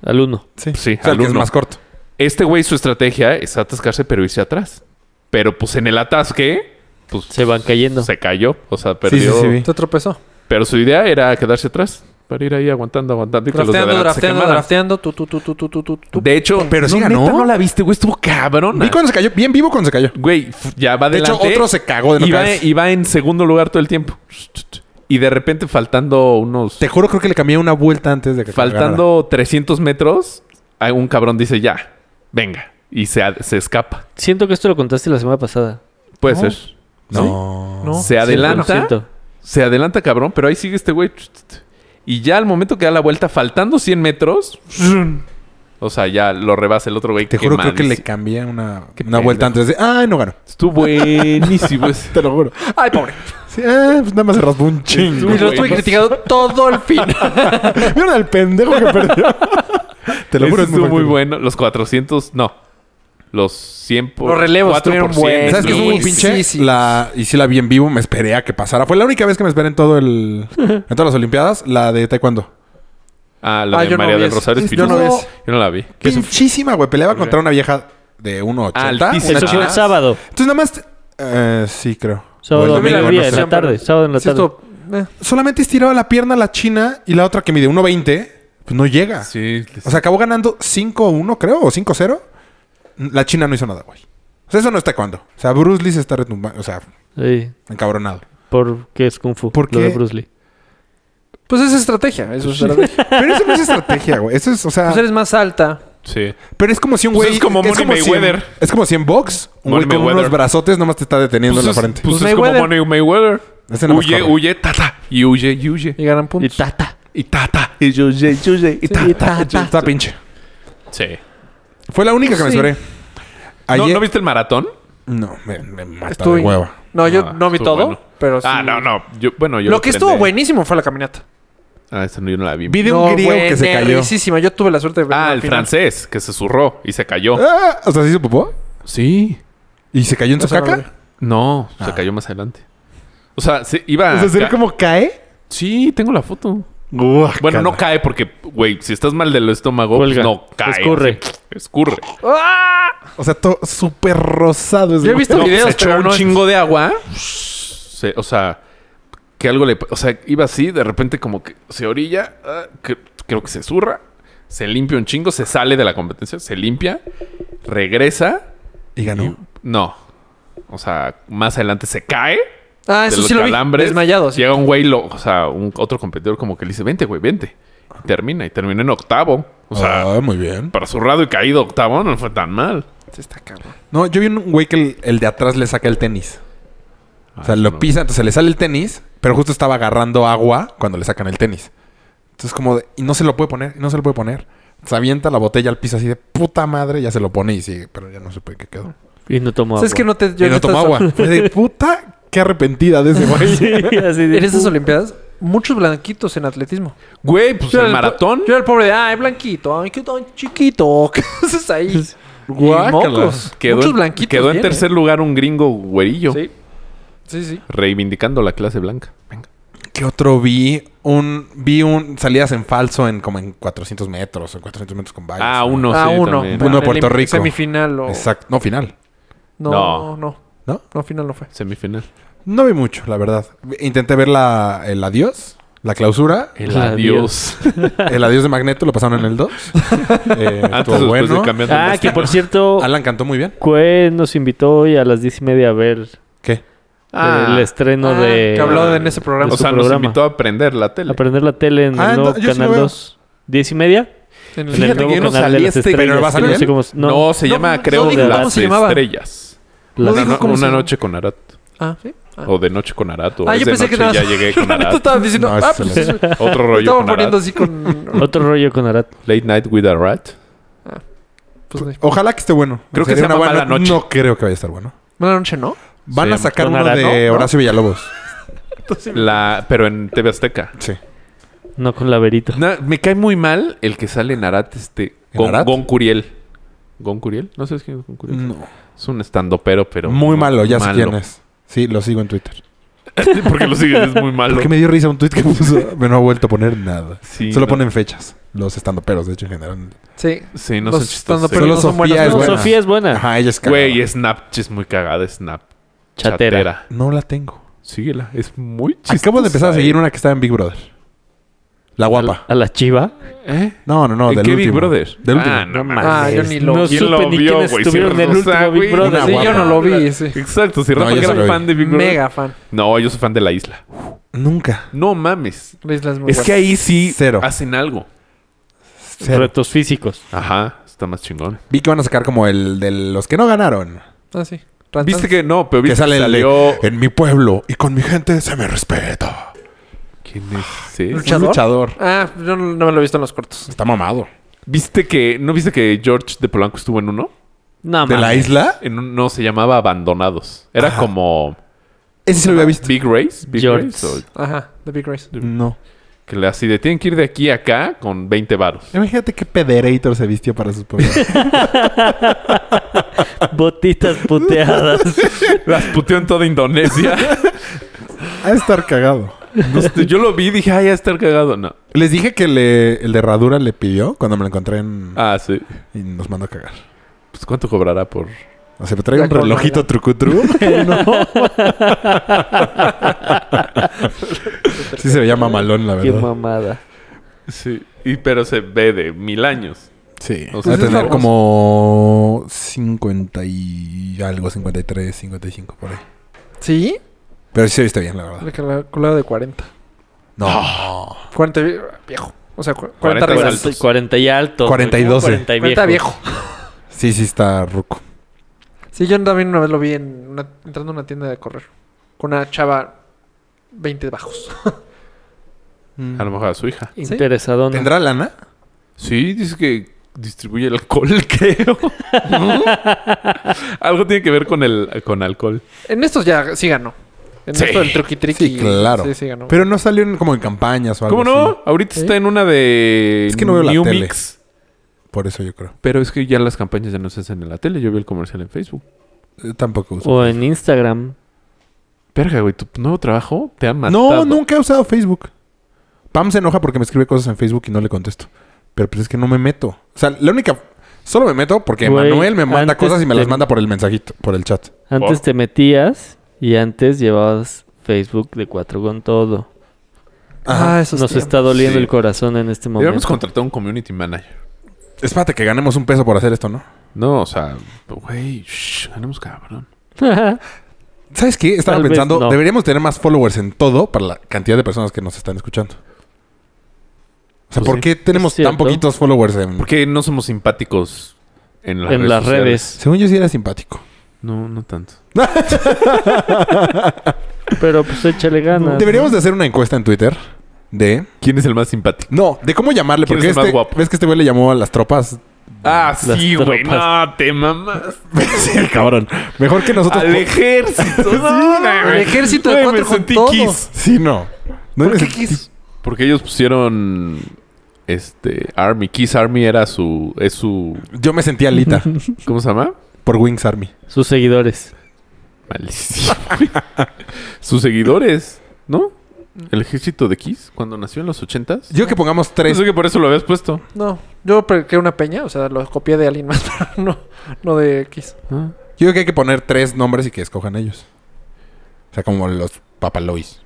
S3: Al uno.
S6: Sí.
S5: Sí,
S6: o sea, el que es
S5: alumno.
S6: más corto.
S5: Este güey, su estrategia es atascarse pero irse atrás. Pero pues en el atasque... Pues,
S3: Se van cayendo.
S5: Se cayó. O sea, perdió...
S6: sí, vi.
S4: Se tropezó.
S5: Pero su idea era quedarse atrás. Para ir ahí aguantando, aguantando. Y que los de
S4: Drafteando,
S5: adelante se
S4: drafteando,
S5: quemaran.
S4: drafteando. Tu, tu, tu, tu, tu, tu, tu, tu.
S5: De hecho...
S6: Pero sí
S5: no,
S6: ganó.
S5: neta, no la viste, güey. Estuvo cabrón.
S6: Vi cuando se cayó. Bien vivo cuando se cayó.
S5: Güey, f- ya va
S6: De
S5: adelante.
S6: hecho, otro se cagó de no
S5: y va,
S6: caerse.
S5: y va en segundo lugar todo el tiempo. Y de repente faltando unos...
S6: Te juro, creo que le cambié una vuelta antes de que ganara.
S5: faltando 300 metros, a- un cabrón dice ya, venga. Y se, ad- se escapa.
S3: Siento que esto lo contaste la semana pasada.
S5: Puede
S6: No.
S5: ser.
S6: No.
S4: No.
S5: Se adelanta.
S3: Siento.
S5: Se adelanta cabrón, pero ahí sigue este güey. Y ya al momento que da la vuelta, faltando 100 metros... O sea, ya lo rebasa el otro güey.
S6: Te
S5: Qué
S6: juro, creo que
S5: malísimo.
S6: le cambié una,
S5: Qué
S6: una vuelta antes de. ¡Ay, no ganó!
S5: Estuvo buenísimo ese.
S6: Te lo juro.
S4: Ay, pobre.
S6: Sí, ah, pues nada más se raspó un chingo.
S4: Y lo estuve
S5: pues.
S4: criticando todo el fin.
S6: ¿Vieron al pendejo que perdió? Te lo
S5: Ese
S6: juro,
S5: estuvo muy
S6: bueno.
S5: bueno. Los 400, no. Los 100 por...
S4: Los relevos estuvieron
S5: 4%,
S4: buenos.
S6: ¿Sabes qué es
S5: güey.
S6: un
S4: Sí,
S6: pinche?
S4: sí, sí.
S6: La, y sí la vi en vivo, me esperé a que pasara. Fue la única vez que me esperé en todo el... En todas las olimpiadas, la de taekwondo.
S5: Ah, la
S4: Ah,
S5: de
S4: yo no
S5: María
S4: vi
S5: del
S4: esa.
S5: Rosario
S4: Yo
S5: Espinosa.
S4: no
S5: Yo,
S4: vi
S5: no
S4: esa.
S5: la vi. Que eso-
S6: Pinchísima, güey. Peleaba contra una vieja de 1.80.
S5: Ah,
S6: una
S5: altísima.
S3: Eso fue
S6: china.
S3: el sábado.
S6: Entonces nada más... eh, sí, creo.
S3: Sábado
S6: O el
S3: a
S6: domingo,
S3: mediodía,
S6: no
S3: en
S6: sé.
S3: la tarde. Sábado en la
S4: Sí,
S3: tarde.
S4: estuvo- eh.
S6: Solamente estiraba la pierna la china y la otra que mide 1.20, pues no llega.
S5: Sí,
S6: O sea, acabó ganando 5-1, creo, o 5-0. La china no hizo nada, güey. O sea, eso no está cuando. O sea, Bruce Lee se está retumbando, o sea,
S3: Sí.
S6: encabronado.
S3: Porque es Kung Fu.
S6: ¿Por
S3: Lo de
S6: qué?
S3: Bruce Lee.
S4: Pues es Pues estrategia. Eso es estrategia.
S6: Pero eso no es estrategia, güey. Eso es, o sea...
S4: Pues eres más alta.
S5: Sí.
S6: Pero es como si un
S5: Pues
S6: güey.
S5: es como Money
S6: si en-
S5: Mayweather.
S6: es como si en box, un güey
S5: Money
S6: con
S5: Mayweather.
S6: unos brazotes nomás te está deteniendo
S5: Pues
S6: en la
S5: es,
S6: frente.
S5: pues
S4: Pues
S5: es como
S4: Mayweather.
S5: Money Mayweather.
S6: Ese nomás
S5: Huye,
S6: corre.
S5: huye, tata. Y huye, y huye.
S4: Y ganan
S3: Y
S4: puntos.
S3: tata.
S5: Y tata. Y huye, y huye. Y
S3: Y
S4: Ah,
S3: tata.
S6: Está pinche.
S5: Sí.
S6: Fue la única que me
S4: Sí.
S6: esperé.
S5: ¿No,
S6: Ayer.
S5: no viste el maratón?
S6: No, me, me mata
S4: Estuvo
S6: de
S4: bien.
S6: hueva.
S4: No, yo
S5: Ah,
S4: no vi
S5: estuvo
S4: todo,
S5: bueno.
S4: pero sí.
S5: Ah, no, no. Yo, bueno, yo
S4: Lo que
S5: prendí.
S4: estuvo buenísimo fue la caminata.
S5: Ah, esa no, yo no la vi.
S6: Vi de un
S4: No,
S6: griego que se cayó.
S4: buenísima. Yo tuve la suerte de ver
S5: Ah,
S4: la
S5: el
S4: final.
S5: francés, que se zurró y se cayó.
S6: Ah, o sea, ¿sí se popó?
S5: Sí.
S6: ¿Y se cayó en su
S4: Esa no la
S6: caca?
S5: No, se cayó más adelante. O sea, se iba...
S6: O sea, ¿sería
S5: ca-
S6: como cae?
S5: Sí, tengo la foto.
S6: Guácala.
S5: Bueno, no cae porque, güey, si estás mal del estómago, pues
S3: Cuelga.
S5: no cae.
S3: Escurre.
S5: así, escurre.
S6: O sea, todo súper rosado. ese
S4: Yo he
S6: güey.
S4: visto
S5: No,
S4: videos,
S5: se echó
S4: pero
S5: un
S4: no-
S5: chingo de agua. Se- o sea, que algo le... O sea, iba así, de repente como que se orilla, ah, que- creo que se zurra, se limpia un chingo, se sale de la competencia, se limpia, regresa.
S6: Y ganó.
S5: No. O sea, más adelante se cae.
S4: Ah,
S5: de
S4: eso
S5: los
S4: sí lo vi.
S5: calambres.
S4: Desmayado, sí.
S5: Llega un güey, lo- o sea, un otro competidor como que le dice, vente, güey, vente. Y termina, y termina en octavo. O sea,
S6: Ah, muy bien.
S5: para zurrado y caído octavo no fue tan mal.
S4: Sí, está cabrón.
S6: No, yo vi un güey que el, el de atrás le saca el tenis. O sea,
S5: Ay,
S6: lo
S5: Ah, no.
S6: pisa, entonces le sale el tenis, pero justo estaba agarrando agua cuando le sacan el tenis. Entonces, como de, y no se lo puede poner, y no se lo puede poner. Se avienta la botella al piso así de puta madre, ya se lo pone y sigue, pero ya no supe qué quedó.
S3: Y no tomó agua.
S4: ¿Sabes que no te... yo
S6: y
S4: en
S6: no tomó
S4: estas-
S6: agua. Fue de puta, qué arrepentida de ese güey.
S3: Sí, así de...
S4: En estas Olimpiadas, muchos blanquitos en atletismo.
S5: Güey, pues
S4: Yo
S5: el
S4: era po-
S5: maratón.
S4: Yo era el pobre de, ay, blanquito, ay, qué tan chiquito. ¿Qué haces ahí?
S5: Guácala.
S4: mocos.
S5: Quedó,
S4: Muchos
S5: en-
S4: blanquitos
S5: Quedó en
S4: vienen. ¿eh?
S5: tercer lugar un gringo güerillo.
S4: Sí. Sí, sí.
S5: Reivindicando la clase blanca. Venga.
S6: ¿Qué otro vi? Un, vi un salidas en falso en como en 400 metros, en 400 metros con vallas.
S5: Ah, uno,
S4: ah,
S5: sí,
S4: uno.
S5: también.
S6: Uno.
S4: En
S6: Puerto
S4: el
S6: Rico.
S4: Semifinal o...
S6: Exacto. No, final.
S4: No,
S5: No.
S4: no, no.
S6: ¿No?
S4: final no fue.
S5: Semifinal.
S6: No vi mucho, la verdad. Intenté ver la, el adiós, la clausura.
S5: El
S3: Claro,
S5: adiós.
S6: El adiós de Magneto lo pasaron en el 2. Eh,
S5: Antes o
S6: estuvo
S5: después
S6: bueno.
S5: de cambiar de
S3: Ah, que
S5: destino.
S3: por cierto,
S6: Alan cantó muy bien.
S3: Cue nos invitó hoy a las diez y media a ver eh,
S6: ¿Qué?
S5: Ah.
S3: el estreno
S4: Ah,
S3: de...
S4: que habló en ese programa.
S5: O
S3: de su
S5: sea, nos
S3: programa.
S5: invitó a prender la tele.
S3: a prender la tele en
S6: Ah,
S3: el nuevo
S6: no, yo sí
S3: Canal
S6: lo veo.
S3: 2. ¿Diez y media?
S4: En
S3: En el
S5: Fíjate
S3: nuevo
S5: que yo no
S3: canal de
S5: salí
S3: las
S5: este-
S3: estrellas.
S6: ¿Pero va a salir
S3: No sé
S6: él?
S3: cómo... No,
S5: No, se
S4: No,
S5: llama,
S4: no
S5: creo,
S4: dijo
S5: de
S4: cómo
S5: las
S4: se llamaba.
S5: estrellas.
S3: las-
S5: Una,
S4: dijo
S5: no-
S4: cómo se
S5: una
S4: llama.
S5: noche con Arat.
S4: Ah, sí. Ah.
S5: O de noche con Arat. O
S4: Ah,
S5: es
S4: yo
S5: de
S4: pensé que
S5: noche
S4: nada
S5: y ya
S4: más-
S5: llegué con
S4: Ahorita
S5: Arat.
S4: estaba diciendo,
S6: No,
S4: ah,
S6: ese
S4: pues,
S6: es el-
S5: Otro rollo
S4: estaba
S5: con Arat.
S4: poniendo así con...
S3: Otro rollo con Arat.
S5: Late Night with Arat.
S4: Pues, no.
S6: Ojalá que esté bueno.
S5: Creo que
S6: Sería
S5: se llama
S6: buena-
S5: Mala Noche.
S6: No creo que vaya a estar bueno.
S4: Mala noche, ¿no?
S6: Van
S5: Se
S6: a sacar
S3: llama-
S6: uno de
S3: ¿no?
S6: Horacio Villalobos.
S5: La, pero en TV Azteca.
S6: Sí.
S3: No con Laberito.
S5: Na- me cae muy mal el que sale en Arat este...
S6: ¿En
S5: Gon,
S6: Arat?
S5: Gon Curiel. ¿Gon Curiel? No sé quién es Gon Curiel.
S6: No.
S5: Es un estandopero, pero...
S6: Muy malo, ya sé quién
S5: malo.
S6: es. Sí, lo sigo en Twitter.
S5: Porque lo sigues, es muy malo.
S6: Porque me dio risa un tweet que puso. Me no ha vuelto a poner nada.
S5: Sí,
S6: Solo
S5: no.
S6: ponen fechas. Los estandoperos, de hecho, en general.
S4: Sí.
S5: Sí, no
S4: Los
S5: son chistosos.
S4: estandoperos
S5: Sí.
S6: Solo
S4: no son
S6: Sofía
S4: buenas,
S6: es
S4: ¿no?
S6: buena.
S3: Sofía es buena.
S6: Ajá, ella es cagada.
S5: Ah, Güey, Snap es muy cagada, Snap.
S3: Chatera.
S6: No la tengo.
S5: Síguela. Es muy chistosa.
S6: Acabo de empezar a
S5: eh.
S6: seguir una que estaba en Big Brother. La guapa.
S3: ¿A la chiva?
S5: ¿Eh?
S6: No, no, no.
S5: ¿En
S6: del
S5: qué
S6: último.
S5: Big Brother?
S6: Del último.
S5: Ah, no mames.
S4: Ah, yo ni lo...
S3: No
S5: ¿Quién
S3: supe
S5: lo
S3: ni
S5: vio,
S3: quiénes
S5: güey?
S3: estuvieron
S5: Sí,
S3: en el
S5: o sea,
S3: último Big
S5: güey,
S3: Brother.
S6: una
S4: Sí,
S6: guapa.
S4: yo no lo vi, sí.
S5: Exacto, si
S6: No,
S5: Rafa
S6: yo
S5: que
S6: sí lo
S5: era
S6: vi.
S5: fan de Big Brother.
S4: Mega fan.
S5: No, yo soy fan de La Isla.
S6: Nunca.
S5: No mames.
S4: La isla es muy
S5: es que ahí sí
S6: Cero.
S5: hacen algo.
S6: Cero.
S3: Retos físicos.
S5: Ajá, está más chingón.
S6: Vi que van a sacar como el de los que no ganaron.
S4: Ah, sí. Rantan.
S5: Viste que no, pero
S6: Que
S5: viste
S6: sale
S5: que
S6: el de,
S5: salió...
S6: En mi pueblo y con mi gente se me respeta.
S5: ¿Quién es ese?
S4: ¿Luchador?
S6: Un luchador.
S4: Ah, yo no, no me lo he visto en los cortos.
S6: Está mamado.
S5: ¿Viste que... ¿No viste que George de Polanco estuvo en uno?
S3: No,
S6: ¿De la
S3: mames.
S6: isla?
S5: En un- no, se llamaba Abandonados. Era
S6: Ajá.
S5: como...
S6: Ese sí lo había visto.
S5: Big Race. Big
S3: George.
S5: Race. o-
S4: Ajá, The Big Race.
S6: No.
S5: que le así de... Tienen que ir de aquí a acá con 20 varos.
S6: Imagínate qué pederator se vistió para sus pueblos.
S3: Botitas puteadas.
S5: Las puteó en toda Indonesia.
S6: a estar cagado.
S5: Entonces, yo lo vi y dije... Ay, ya estar cagado. No.
S6: Les dije que le, el de herradura le pidió cuando me lo encontré en,
S5: Ah, sí.
S6: y nos mandó a cagar.
S5: Pues ¿cuánto cobrará por...?
S6: O sea, me trae
S4: Ya
S6: un relojito trucutru. no. sí se veía mamalón, la
S3: Qué
S6: verdad.
S3: mamada.
S5: Sí. Y, pero se ve de mil años.
S6: Sí.
S5: O
S6: O
S5: sea,
S6: sea,
S5: es
S6: tener
S5: famoso.
S6: como 50 y algo, 53, 55 por ahí.
S4: ¿Sí? Ah.
S6: Pero sí se viste bien, la verdad.
S5: Ah.
S4: La calculada de 40.
S6: No.
S4: 40 vi- viejo. O sea, cu- 40
S5: Tres
S4: reglas.
S3: 40,
S5: altos.
S3: y altos.
S6: 40 y
S3: güey, ¿no?
S6: 12.
S3: 40 y
S4: 40 viejo.
S6: Sí, sí está ruco.
S4: Sí, yo también una vez lo vi en una- entrando a una tienda de correr. Con una chava 20 bajos.
S5: A lo mejor a su hija.
S3: Interesadón.
S6: ¿Tendrá lana?
S5: Sí, dice que distribuye el alcohol, creo. ¿No? Algo tiene que ver con el con alcohol.
S4: En estos ya sí ganó. En
S5: Sí.
S4: esto del truqui triqui.
S6: Sí, claro.
S4: Sí, sí ganó.
S6: Pero no salió en- como en campañas o algo
S5: ¿Cómo no?
S6: así.
S5: Ahorita está en una de
S6: Es que no veo la
S5: New
S6: tele.
S5: Mix.
S6: Por eso yo creo.
S5: Pero es que ya las campañas ya no se hacen en la tele. Yo vi el comercial en Facebook.
S6: Eh, Tampoco uso.
S3: O en Instagram.
S5: Verga, güey, tu nuevo trabajo te ha matado.
S6: No, nunca he usado Facebook. Pam se enoja porque me escribe cosas en Facebook y no le contesto. Pero pues es que no me meto. O sea, la única... Solo me meto porque
S3: Güey,
S6: Manuel me manda
S3: antes
S6: cosas y me
S3: te-
S6: las manda por el mensajito, por el chat.
S3: Antes
S5: Por-
S3: te metías y antes llevabas Facebook de cuatro con todo.
S4: Ah, eso
S3: Nos está doliendo
S5: Sí.
S3: el corazón en este
S5: Debemos
S3: momento.
S5: contratar un community manager.
S6: Espérate que ganemos un peso por hacer esto, ¿no?
S5: No, o sea, güey, shh, ganemos cabrón.
S6: ¿Sabes qué? Estaba
S3: Tal vez
S6: pensando,
S3: no.
S6: deberíamos tener más followers en todo para la cantidad de personas que nos están escuchando. O sea,
S5: Pues
S6: ¿por
S5: sí.
S6: qué tenemos
S3: Es
S6: tan
S3: cierto.
S6: poquitos followers en...?
S5: ¿Por qué no somos simpáticos en las,
S3: en
S5: redes,
S3: las
S5: sociales?
S3: redes.
S6: Según yo sí era simpático.
S5: No, no tanto.
S3: Pero pues échale ganas.
S6: Deberíamos de hacer una encuesta en Twitter de...
S5: ¿Quién es el más simpático?
S6: No, de cómo llamarle,
S5: ¿Quién
S6: porque
S5: es el más
S6: este-
S5: guapo?
S6: ves que este güey le llamó a las tropas.
S5: Ah,
S3: Las
S5: sí, güey.
S3: tropas.
S5: No, te mamas.
S6: sí, cabrón. Mejor que nosotros.
S5: Al ejército. No,
S4: El
S5: güey.
S4: ejército de
S5: Güey,
S4: cuatro
S5: me
S4: con
S5: sentí
S4: todo.
S5: Kiss.
S6: Sí, no. No
S4: ¿Por qué
S6: eres-
S4: Kiss?
S5: Porque ellos pusieron este Army. Kiss Army era su. es su.
S6: Yo me sentí alita
S5: ¿Cómo se llama?
S6: por Wings Army.
S3: Sus seguidores.
S5: Malísimo. güey. Sus seguidores, ¿no? El ejército de Kiss, cuando nació en los ochentas.
S6: Yo que pongamos tres.
S5: Pensé que por eso lo habías puesto.
S4: No, yo creé una peña, o sea, lo copié de alguien más, pero no, no de X.
S5: Ah.
S6: Yo creo que hay que poner tres nombres y que escojan ellos. O sea, como los papalois.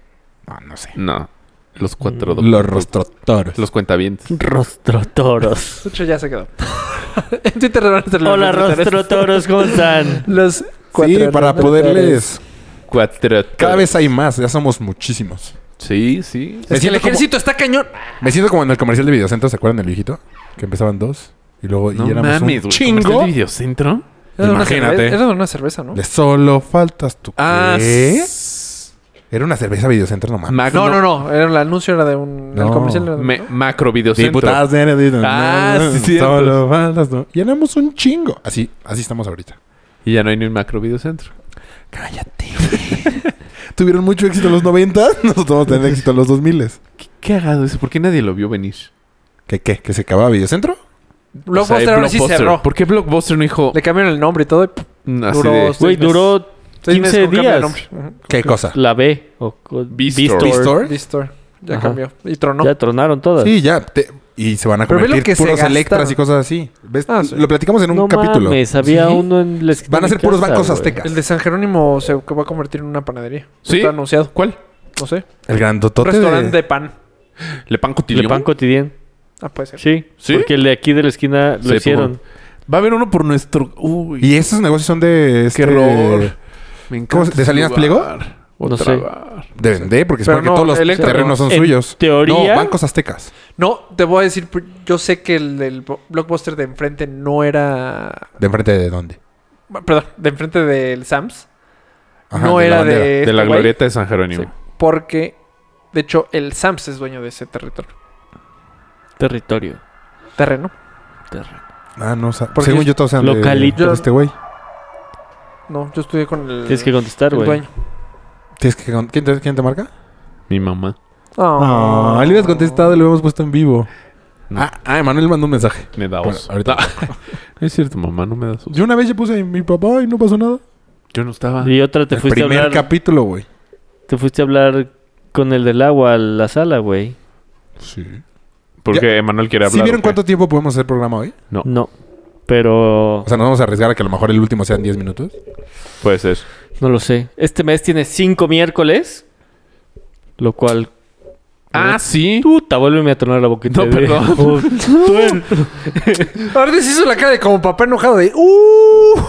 S6: No, no sé.
S5: No. Mm. Los cuatro. do-
S6: Los rostrotoros.
S5: Los cuentavientes.
S3: Rostrotoros.
S4: De hecho, ya se quedó. en Twitter van a estar los
S3: Hola,
S4: rostros.
S3: Rostrotoros, ¿cómo están?
S4: Los cuatro
S6: sí, para
S4: rostros.
S6: poderles...
S5: Cuatro.
S6: Cada vez hay más. Ya somos muchísimos.
S5: Sí, sí.
S4: Es que el ejército está cañón.
S6: como, me siento como en el comercial de Videocentro. ¿Se acuerdan del viejito? Que empezaban dos. Y luego...
S5: No
S6: y éramos un
S5: mames, güey. ¿Comercial
S6: chingo.
S5: de videocentro?
S4: Era de una
S6: Imagínate.
S4: cerve- Era de una cerveza, ¿no?
S6: De solo faltas tú.
S5: Ah,
S6: ¿Qué?
S5: s-
S6: Era una cerveza videocentro nomás.
S5: Magno-
S4: No, no, no. Era el anuncio era de un.
S6: ah, No.
S4: El comercial era de un-
S5: Me- macro videocentro.
S6: Diputadas de
S5: Ah, sí, cierto.
S6: Solo faltas tú. Llenamos un chingo. Así, así estamos ahorita.
S5: Y ya no hay ni un macro videocentro.
S6: Cállate. Tuvieron mucho éxito en los 90. Nosotros vamos a tener éxito en los 2000.
S5: ¿Qué cagado eso? ¿Por qué nadie lo vio venir?
S6: ¿Qué qué? ¿Que se acababa videocentro?
S4: Blockbuster
S5: O sea,
S4: ahora sí
S5: Blockbuster.
S4: cerró.
S5: ¿Por qué Blockbuster no dijo
S4: Le cambiaron el nombre y todo. y pff,
S5: mm, así
S4: duró
S5: de...
S4: seis
S3: Güey,
S4: meses.
S3: duró
S4: Seis
S3: 15
S4: meses con cambio de
S3: días.
S4: nombre.
S6: ¿Qué cosa?
S3: la B. O, o
S5: Vistor.
S3: Vistor.
S4: Ujú.
S6: ¿Store?
S4: Vistor. Ya
S3: Ajá.
S4: cambió. Y tronó.
S3: Ya tronaron todas.
S6: Sí, ya. te- y se van a
S4: Pues. Pero ve lo
S6: convertir
S4: que se
S6: puros
S4: gastaron.
S6: electras y cosas así. ¿Ves?
S4: Ah, sí.
S6: Lo platicamos en un
S3: no
S6: capítulo.
S3: mames, había
S6: Sí.
S3: uno en la esquina
S6: Van a
S3: de
S6: ser
S3: mi
S6: puros
S3: casa,
S6: bancos
S3: güey.
S6: aztecas.
S4: El de San Jerónimo se va a convertir en una panadería.
S5: ¿Sí?
S4: Está anunciado.
S5: ¿Cuál?
S4: No sé.
S6: El
S4: Un
S6: grandotote.
S4: restaurante
S6: de-
S4: de pan.
S5: Le Pan Cotillón.
S3: Le pan cotidiano.
S4: Ah, puede ser.
S3: Sí,
S5: ¿Sí?
S3: Porque el de aquí de la esquina lo
S5: Sí,
S3: hicieron.
S5: Va a haber uno por nuestro... Uy,
S6: Y esos negocios son de...
S5: qué
S6: este-
S5: horror. Me
S6: ¿Cómo se-
S5: encanta
S6: de Salinas
S5: este
S6: Pliego?
S5: lugar. Otra
S3: sé.
S5: bar.
S6: De vender, porque
S4: Pero
S6: supongo
S4: no,
S6: que todos los
S4: Electra no.
S6: terrenos son
S3: En
S6: suyos.
S3: teoría-
S6: No, bancos aztecas.
S4: No, te voy a decir, pr- yo sé que el, del bo- blockbuster de enfrente no era.
S6: ¿De enfrente de dónde?
S4: bueno, Perdón, de enfrente del Sams.
S6: Ajá,
S4: no
S6: de
S4: era
S6: la
S4: de.
S6: bandera.
S5: De
S4: este
S5: la
S4: güey,
S5: glorieta de San Jerónimo.
S4: Sí. Porque, de hecho, el Sams es dueño de ese territorio.
S3: Territorio.
S4: Terreno.
S3: Terreno.
S6: Ah, no, o sea,
S4: Porque
S6: según
S4: es
S6: yo todos eran
S3: localito.
S6: de, de este güey.
S4: No, yo estudié con el.
S3: Tienes que contestar,
S4: el
S3: güey.
S4: dueño.
S6: Tienes que con- ¿Quién, te, quién te marca?
S5: Mi mamá.
S6: Ah, le hubieras contestado, lo hemos puesto en vivo.
S5: No.
S6: Ah, ah, Emanuel mandó un mensaje.
S5: Me da
S6: Bueno,
S5: oso.
S6: ahorita-
S5: No es cierto, mamá. No me da oso.
S6: Yo una vez le puse a mi papá y no pasó nada.
S5: Yo no estaba.
S3: Y otra te
S6: el
S3: fuiste a
S6: primer
S3: hablar.
S6: capítulo, güey.
S3: Te fuiste a hablar con el del agua a la sala, güey.
S6: Sí.
S5: Porque Emanuel quiere hablar.
S6: ¿Sí vieron
S5: ¿o qué?
S6: cuánto tiempo podemos hacer programa hoy?
S3: No. Pero
S6: O sea, nos vamos a arriesgar a que a lo mejor el último sean 10 minutos.
S5: Puede ser.
S3: no lo sé. Este mes tiene cinco miércoles. Lo cual.
S5: Ah, sí.
S3: Puta, vuélveme a tronar la boquita.
S5: No,
S3: de-
S5: perdón.
S4: Ahorita se hizo la cara de como papá enojado de. ¡Uh!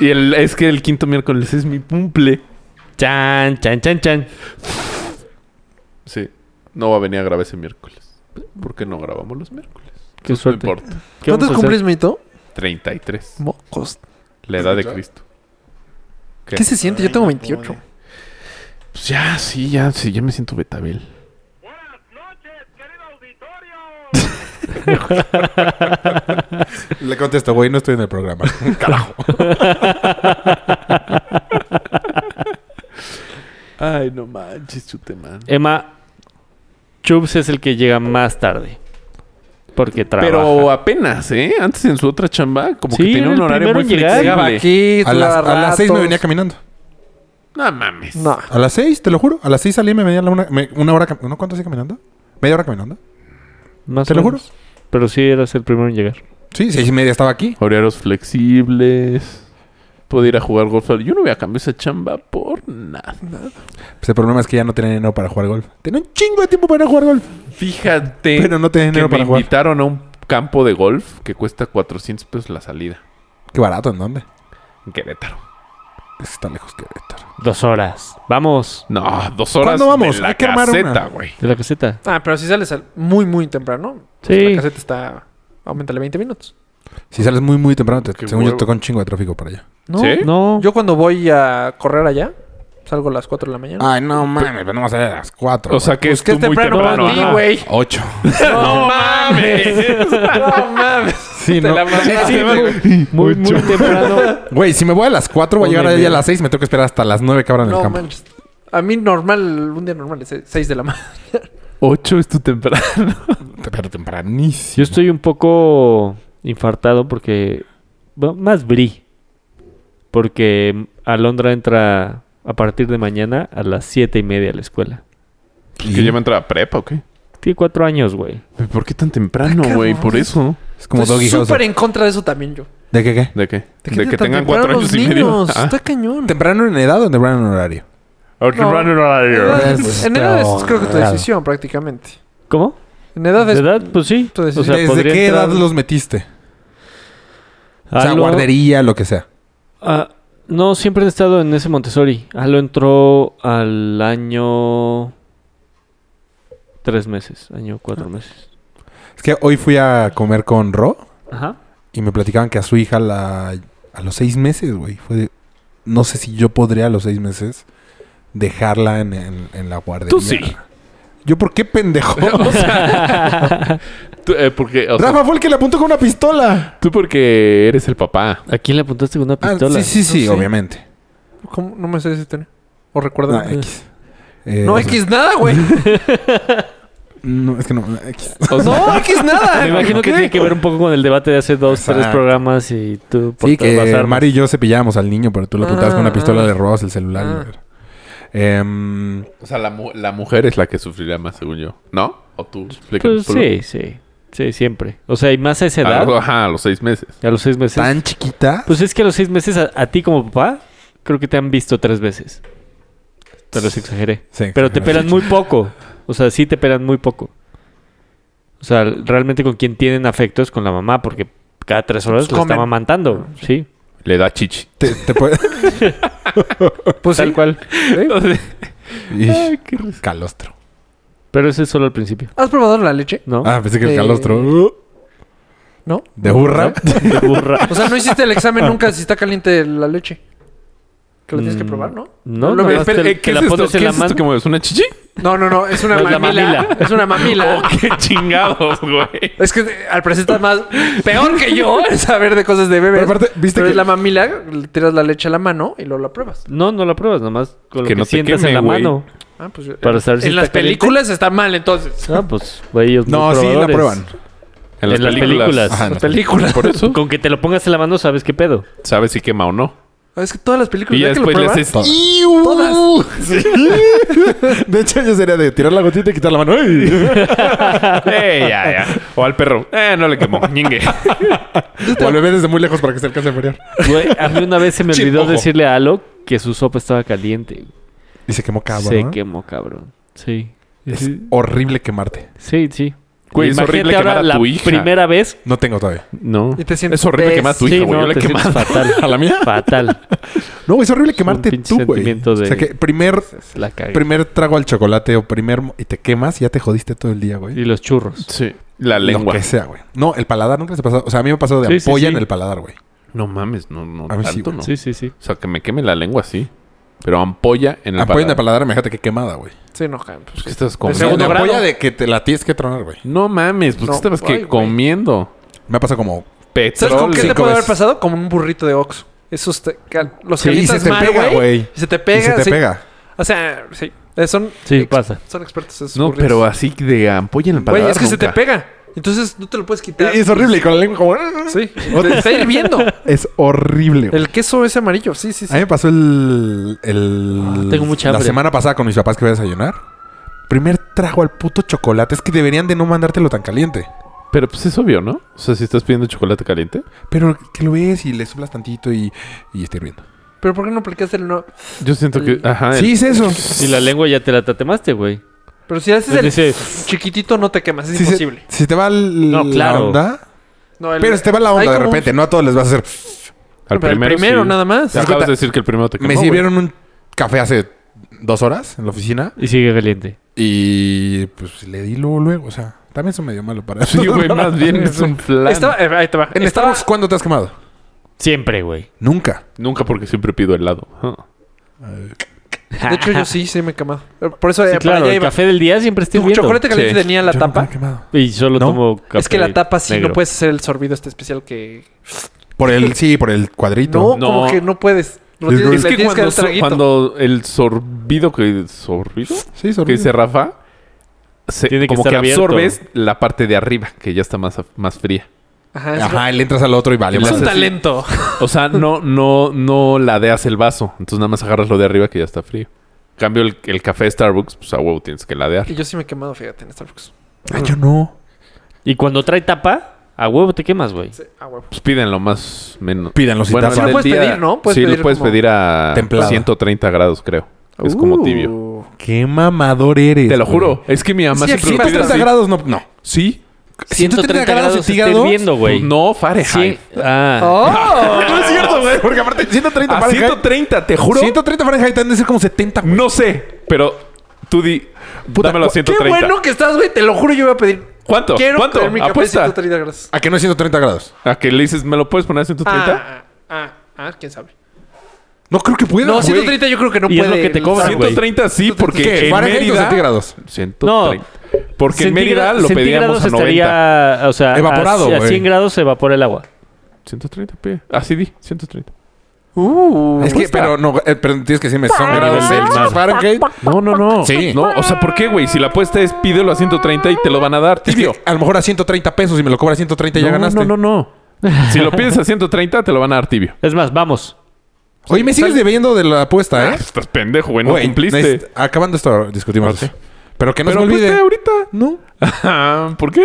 S5: Y el, es que el quinto miércoles es mi cumple.
S3: chan, chan, chan, chan.
S5: Sí. No va a venir a grabar ese miércoles. ¿Por qué no grabamos los miércoles?
S3: Qué suerte.
S5: No importa.
S3: ¿Qué vamos
S4: ¿Cuántos
S3: a hacer?
S4: cumples, Mito?
S5: 33.
S4: Mocos.
S5: La edad de
S6: ¿Ya?
S5: Cristo.
S4: ¿Qué se siente? Yo tengo 28.
S5: Pues ya, sí, ya, sí, ya me siento Betabel.
S6: Le contesto, güey, no estoy en el programa. Carajo.
S5: Ay, no manches, chute, man.
S3: Emma, Chubbs es el que llega más tarde. Porque trabaja.
S5: Pero apenas, ¿eh? Antes en su otra chamba, como
S3: Sí,
S5: que tenía
S3: era
S5: un
S3: el
S5: horario
S3: primero
S5: muy
S3: en llegar.
S5: flexible.
S4: Llegaba aquí,
S6: A las, a las seis me venía
S4: que...
S6: caminando.
S5: No mames.
S4: No.
S6: A las seis, te lo juro. A las seis salí y me venía la una, me- una hora... cam- ¿No cuánto hacía caminando? ¿Media hora caminando?
S3: Más
S6: Te
S3: o
S6: lo juro.
S3: menos. Pero sí eras el primero en llegar.
S6: Sí, seis y media estaba aquí.
S5: Horarios flexibles. Podía ir a jugar golf. Yo no voy a cambiar esa chamba por nada.
S6: Pues el problema es que ya no tenía dinero para jugar golf. Tenía un chingo de tiempo para jugar golf.
S5: Fíjate
S6: Pero no tenía
S5: que
S6: dinero
S5: me
S6: para jugar.
S5: invitaron a un campo de golf que cuesta 400 pesos la salida.
S6: Qué barato, ¿en dónde? Pues
S5: En Querétaro.
S6: Está lejos Querétaro.
S3: Dos horas. Vamos.
S5: No, dos horas
S6: ¿Cuándo vamos?
S5: de la
S6: Hay que armar una.
S5: caseta, güey.
S3: De la caseta.
S4: Ah, pero si sales al- muy, muy temprano, la
S3: Sí.
S4: caseta está... Aumentale 20 minutos.
S6: Si sales muy, muy temprano, te-
S5: Qué
S6: según yo
S5: huevo.
S6: toca un chingo de tráfico para allá.
S4: No,
S5: ¿Sí?
S3: No.
S4: Yo cuando voy a correr allá, salgo a las 4 de la mañana.
S6: Ay, no mames, pero no vas a ir a las cuatro.
S5: O sea que
S4: Pues
S5: es
S4: que
S5: tú muy
S4: temprano para
S5: temprano.
S3: ti,
S5: Ajá.
S4: güey.
S6: Ocho.
S5: No mames.
S4: No mames.
S6: Sí,
S4: Te
S6: ¿no?
S4: la mamaste,
S6: Sí,
S4: güey.
S3: Muy, muy temprano.
S6: Güey, si me voy a las 4, voy a llegar
S3: Ponme
S6: allá a
S3: medio.
S6: las 6. Me tengo que esperar hasta las 9 que abran el
S4: No
S6: campo.
S4: manches. A mí normal, un día normal es 6 de la mañana.
S5: Ocho es tu temprano.
S6: Pero tempranísimo.
S3: Yo estoy un poco infartado porque. bueno, más brí. Porque Alondra entra a partir de mañana a las siete y media a la escuela.
S5: ¿Que ya me entraba a prepa o qué?
S3: Tiene cuatro años, güey.
S5: ¿Por qué tan temprano,
S4: Ah,
S5: güey?
S4: cabrón.
S5: Por eso.
S6: Es como
S4: Estoy
S6: Doggy House.
S4: súper en contra de eso también yo.
S6: ¿De qué qué?
S5: ¿De qué? De que,
S4: tan
S5: tengan
S4: temprano
S5: cuatro
S4: los
S5: años y medio.
S4: niños.
S5: Ah.
S4: Está cañón.
S6: ¿Temprano en edad o temprano en horario?
S4: No. En edad-
S6: Pues,
S4: en edad es
S6: claro,
S4: creo que tu
S6: claro.
S4: decisión prácticamente.
S3: ¿Cómo?
S4: En edad
S3: ¿De
S4: es...
S3: edad? Pues sí.
S4: tú decides.
S3: O sea,
S6: ¿Desde
S3: podría
S6: qué edad
S3: entrar
S6: los metiste? O sea,
S3: Alo-
S6: guardería, lo que sea.
S3: Ah, no, siempre he estado en ese Montessori. Alo entró al año... Tres meses, año cuatro meses.
S6: Es que hoy fui a comer con Ro
S3: Ajá.
S6: y me platicaban que a su hija la, a los 6 meses, güey. Fue de- No sé si yo podría a los 6 meses dejarla en, en- en la guardería.
S5: Tú sí.
S6: ¿Yo por qué pendejo?
S5: O sea, tú, eh, porque, o sea,
S6: Rafa fue el que le apuntó con una pistola.
S5: tú porque eres el papá.
S3: ¿A quién le apuntaste con una
S6: Ah,
S3: pistola?
S6: sí, sí,
S4: No
S6: sí,
S4: sé.
S6: obviamente.
S4: ¿Cómo? No me sé si tiene. O recuerda.
S6: No,
S4: No, X,
S6: Ah, X. Eh, o sea,
S4: nada, güey.
S6: No, es que no. X.
S5: O sea,
S4: No, X nada.
S3: Me imagino que
S4: ¿Qué?
S3: tiene que ver un poco con el debate de hace dos, tres
S6: Exacto.
S3: programas y tú
S6: Sí, que
S3: trasvasarnos.
S6: Mari y yo cepillábamos al niño, pero tú lo apuntabas con
S4: Ah,
S6: una pistola,
S4: ah.
S6: le robabas el celular.
S4: Ah.
S6: y era. Em,
S5: o sea, la, mu- la mujer es la que sufrirá más, según yo. ¿No? ¿O tú? Explícanos
S3: Pues
S5: tú.
S3: sí, sí. Sí, siempre. O sea, y más a esa
S5: A
S3: edad,
S5: los- ajá, a los seis meses.
S3: a los seis meses.
S6: tan chiquita.
S3: Pues es que a los seis meses a, a ti como papá, creo que te han visto tres veces. Te los exageré.
S6: Sí,
S3: Pero te
S6: sí.
S3: pelan muy poco. O sea, sí te pelan muy poco. O sea, realmente con quien tienen afecto es con la mamá, porque cada tres horas
S4: Pues
S3: la está
S4: comen.
S3: mamantando. Sí,
S5: Le da chichi.
S6: Te, te puede-
S4: Pues
S3: tal
S4: sí.
S3: cual.
S6: Y- calostro.
S3: Pero eso es solo al principio,
S4: ¿Has probado la leche?
S3: ¿no?
S6: Ah, pensé que el
S4: Eh,
S6: calostro. uh,
S4: ¿No?
S6: ¿De burra?
S3: Qué burra.
S4: O sea, no hiciste el examen nunca si está caliente la leche. Que lo tienes que probar, ¿no?
S3: No,
S4: Lo-
S3: no,
S4: lo-
S5: Espera, eh,
S3: te
S5: ¿Qué es
S3: la
S5: esto?
S3: pones
S5: ¿Qué
S3: en la
S5: es esto
S3: mano.
S5: que mueves? ¿Una chichi?
S4: No, no, no. Es una
S3: No, es la
S4: mamila.
S3: mamila.
S4: Es una mamila.
S5: ¡Qué chingados, güey!
S4: Es que eh, al parecer estás más peor que yo en saber de cosas de bebés.
S6: Pero aparte, ¿viste
S4: Pero
S6: que-
S4: es la mamila, le tiras la leche a la mano y luego la pruebas.
S3: No, no la pruebas, nomás con lo
S5: Que
S3: que,
S5: no te
S3: sientas
S5: queme,
S3: en la
S5: güey.
S3: mano.
S4: Ah, pues, eh,
S3: Para saber si
S4: en
S3: está
S4: las
S3: caliente.
S4: películas está mal, entonces.
S3: Ah, pues, güey, ellos muy
S6: No, sí, la
S3: probadores.
S6: prueban.
S5: En las, películas.
S6: Ajá, no.
S4: Las películas.
S5: Por eso
S3: Pues, Con que te lo pongas en la mano sabes qué pedo.
S5: sabes si quema o no.
S4: Ah, Es que todas las películas
S5: Y ya
S4: ya que lo
S5: después le
S4: pruebas,
S5: haces...
S6: Todas.
S4: Todas.
S6: De hecho, yo sería de tirar la gotita y quitar la mano. ¡Ay!
S5: ¡Eh, ya, ya! O al perro. ¡Eh, no le quemó! ¡Ñingue!
S6: O al bebé desde muy lejos para que se alcance a enfriar.
S3: Güey, a mí una vez se me
S6: Che,
S3: olvidó
S6: ojo.
S3: decirle a Alo que su sopa estaba caliente.
S6: Y se quemó cabrón.
S3: Se quemó, cabrón. Sí.
S6: Es horrible quemarte.
S3: Sí, sí.
S5: Güey, es
S3: Imagínate
S5: horrible quemar
S3: ahora
S5: a
S3: la
S5: tu hija.
S3: Primera vez.
S6: No tengo todavía.
S5: No.
S4: Y te sientes
S5: Es horrible
S4: pez.
S5: quemar a tu
S3: Sí,
S5: hija, güey.
S3: no,
S5: Yo le
S3: te
S5: he quemado.
S3: sientes fatal.
S6: ¿A la mía?
S3: Fatal.
S6: No, es horrible quemarte
S3: pinche
S6: tú, güey.
S3: sentimiento de-
S6: O sea, que primer,
S3: La cagué.
S6: primer trago al chocolate o primer... mo- Y te quemas y ya te jodiste todo el día, güey.
S3: Y los churros.
S5: Sí. La
S6: Lo
S5: lengua.
S6: que sea, güey. No, el paladar nunca se pasó. O sea, a mí me ha pasado de
S3: Sí, sí,
S6: ampolla
S3: sí.
S6: en el paladar, güey.
S5: No mames, no, no
S6: A mí
S5: tanto,
S6: sí, güey.
S5: ¿no?
S3: Sí, sí, sí.
S5: O sea, que me queme la lengua, sí. Pero ampolla en el
S6: Ampolla en el
S5: paladar.
S6: paladar, imagínate que quemada, güey.
S4: Sí, no, cabrón, pues,
S5: Pues, ¿Qué estás
S6: O
S5: comiendo?
S6: sea,
S4: Segundo
S6: una
S4: grado.
S6: ampolla de que te la tienes que tronar, güey.
S5: No mames, pues
S4: No,
S5: ¿qué estabas
S4: ay,
S5: que
S4: güey.
S5: comiendo?
S6: Me ha pasado como...
S4: ¿Sabes
S5: Petróleo.
S4: con qué te
S6: Cinco
S4: puede haber
S6: veces.
S4: pasado? Como un burrito de Oxxo. Esos te- que los
S6: Sí,
S4: calientas
S6: se te
S4: mal,
S6: pega, güey.
S4: Y se te
S6: Y
S4: pega.
S6: se te
S4: sí.
S6: pega.
S4: O sea, sí. Eh, Son,
S3: Sí,
S4: ex-
S3: pasa.
S4: son expertos en esos
S5: No,
S4: burritos.
S5: pero así de ampolla en el paladar
S4: Güey, es que se te
S5: nunca.
S4: pega. Entonces no te lo puedes quitar.
S6: Y es horrible. Y con la lengua como...
S4: Sí. Te está hirviendo.
S6: Es horrible, güey.
S4: El queso es amarillo. Sí, sí,
S6: A mí
S4: sí.
S6: me pasó el... el-
S3: Ah, tengo mucha
S6: La
S3: hambre.
S6: semana pasada con mis papás que voy a desayunar. Primer trago al puto chocolate. Es que deberían de no mandártelo tan caliente.
S5: Pero pues es obvio, ¿no? O sea, si estás pidiendo chocolate caliente.
S6: Pero que lo ves y le soplas tantito y, y está hirviendo.
S4: Pero ¿por qué no aplicaste el no?
S5: Yo siento que... Ajá. el-
S6: Sí, es eso.
S3: Y la lengua ya te la tatemaste, güey.
S4: Pero si haces el
S3: Pues Dice,
S4: chiquitito no te quemas. Es
S6: Si se-
S4: imposible.
S6: Si te va el-
S3: No, claro.
S6: la onda.
S4: No, el-
S6: Pero si te va la
S4: hay
S6: onda de
S4: como un-
S6: repente. No a todos les vas a hacer.
S5: Al
S4: Pero el
S5: primero,
S4: primero
S5: sí.
S4: nada más.
S5: Te
S6: Es que
S5: acabas
S6: ta-
S5: de decir que el primero te quemó,
S6: Me
S5: güey.
S6: sirvieron un café hace dos horas en la oficina.
S3: y sigue caliente.
S6: Y pues le di luego, luego. O sea, también son medio malo para eso.
S5: Sí, güey, más bien es un plan.
S4: Estaba, eh, ahí te va.
S6: En
S4: Estaba-
S6: Starbucks, ¿cuándo te has quemado?
S3: Siempre, güey.
S6: Nunca.
S5: Nunca porque siempre pido helado. Ah. Ajá.
S4: De hecho, yo sí, sí me he quemado. Por eso,
S3: Sí,
S4: eh, para
S3: claro,
S4: allá
S3: el
S4: iba.
S3: café del día siempre estoy
S4: Tu
S3: viendo.
S4: chocolate caliente
S5: Sí.
S4: tenía la
S6: Yo nunca me
S4: tapa.
S6: he quemado.
S3: Y solo
S6: ¿No?
S3: tomo café
S4: Es que la tapa sí
S3: negro.
S4: no puedes hacer el sorbido este especial que.
S6: Por el, sí, por el cuadrito.
S4: No,
S5: No.
S4: como que no puedes. Lo
S6: Es
S4: tienes,
S5: Es
S4: le
S5: que
S4: tienes que
S5: cuando,
S4: dar el
S5: so-
S4: traguito.
S5: cuando el sorbido que... ¿Sorbido?
S6: Sí,
S5: Que
S6: sorbido.
S5: dice Rafa... se-
S3: Tiene que
S5: como
S3: estar
S5: que
S3: abierto.
S5: absorbes la parte de arriba, que ya está más, más fría.
S4: Ajá, Ah, es
S6: Ajá, y le entras al otro y vale.
S5: Y le
S4: Es
S6: más.
S4: un
S5: haces-
S4: talento.
S5: O sea, no, no, no ladeas el vaso. Entonces nada más agarras lo de arriba que ya está frío. En cambio, el, el café de Starbucks, pues a huevo tienes que ladear.
S4: Y yo sí me he quemado, fíjate, en Starbucks.
S6: Ah, yo no.
S3: Y cuando trae tapa, a huego te quemas, güey.
S4: Sí, ah, huevo.
S5: Pues pídenlo más menos.
S6: Pídanlo si
S5: Bueno,
S6: tardan.
S5: el
S4: lo
S5: del
S4: puedes pedir, ¿no? Puedes
S5: sí,
S4: pedir
S5: lo puedes
S4: como-
S5: pedir a
S6: Templado.
S5: 130 grados, creo. Es como tibio.
S4: Uh,
S6: Qué mamador eres.
S5: Te lo
S6: güey.
S5: juro. Es que mi mamá
S6: Sí, aquí
S5: siempre lo pide
S6: 130
S5: así.
S6: grados no. No.
S5: Sí.
S6: 130 grados
S3: estoy
S6: centígrados,
S3: viendo, güey.
S5: Pues no, Fahrenheit.
S3: Sí.
S4: Oh,
S3: Ah.
S6: No es cierto, güey. Ah, Porque aparte 130
S5: A
S6: Fahrenheit.
S5: 130, Ah, te juro.
S6: 130 Fahrenheit han de ser como 70. güey.
S5: No sé, pero tú di... dámelo a
S6: cu- qué
S4: Qué
S5: 130.
S4: bueno que estás, güey. Te lo juro, yo voy a pedir.
S5: ¿Cuánto?
S4: Quiero
S5: ¿Cuánto?
S4: pedir mi café
S5: Apuesta.
S4: 130 grados.
S6: ¿A que no es 130 grados?
S5: A que le dices, ¿me lo puedes poner a 130?
S4: Ah, ah, ah, ah, quién sabe.
S6: No creo que pueda.
S4: No,
S6: güey.
S4: 130 yo creo que no
S3: Y
S4: puede.
S3: es lo que te cobran, güey.
S5: 130 sí, porque
S6: ¿Qué?
S5: en
S6: ¿Fahrenheit o
S5: Mérida...
S6: centígrados?
S5: 130. Porque en Mérida
S3: Centígra-
S5: lo pedíamos
S3: centígrados
S5: a 90.
S3: estaría, o sea,
S6: Evaporado,
S3: a, a
S6: güey.
S3: 100 grados se evapora el agua.
S5: 130 p. Ah, sí di, 130.
S4: Uh,
S6: Es que,
S5: Apuesta.
S6: pero no, eh, pero tienes que decirme,
S5: Ah.
S6: son
S3: A nivel
S6: grados Celsius.
S3: Celsius.
S6: Fahrenheit.
S5: No, no, no.
S6: Sí.
S5: No, o sea, ¿por qué, güey? Si la apuesta es pídelo a 130 y te lo van a dar,
S6: Es que
S5: tibio.
S6: a lo mejor a 130 pesos y me lo cobra 130 ya
S5: no,
S6: ganaste.
S5: no, no, no. Si lo pides a 130, te lo van a dar
S6: ¿Eh?
S5: tibio.
S3: Es más, vamos.
S6: Oye, me sigues debiendo de la apuesta, ¿eh?
S5: Ah, Estás pendejo, güey. No
S6: Güey,
S5: cumpliste. Ah,
S6: neces- Acabando esto, discutimos.
S5: Ok.
S6: Pero pues, que no
S5: Pero
S6: se me
S5: apuesta
S6: olvide.
S5: ahorita.
S6: No.
S5: Ajá, ¿Por qué?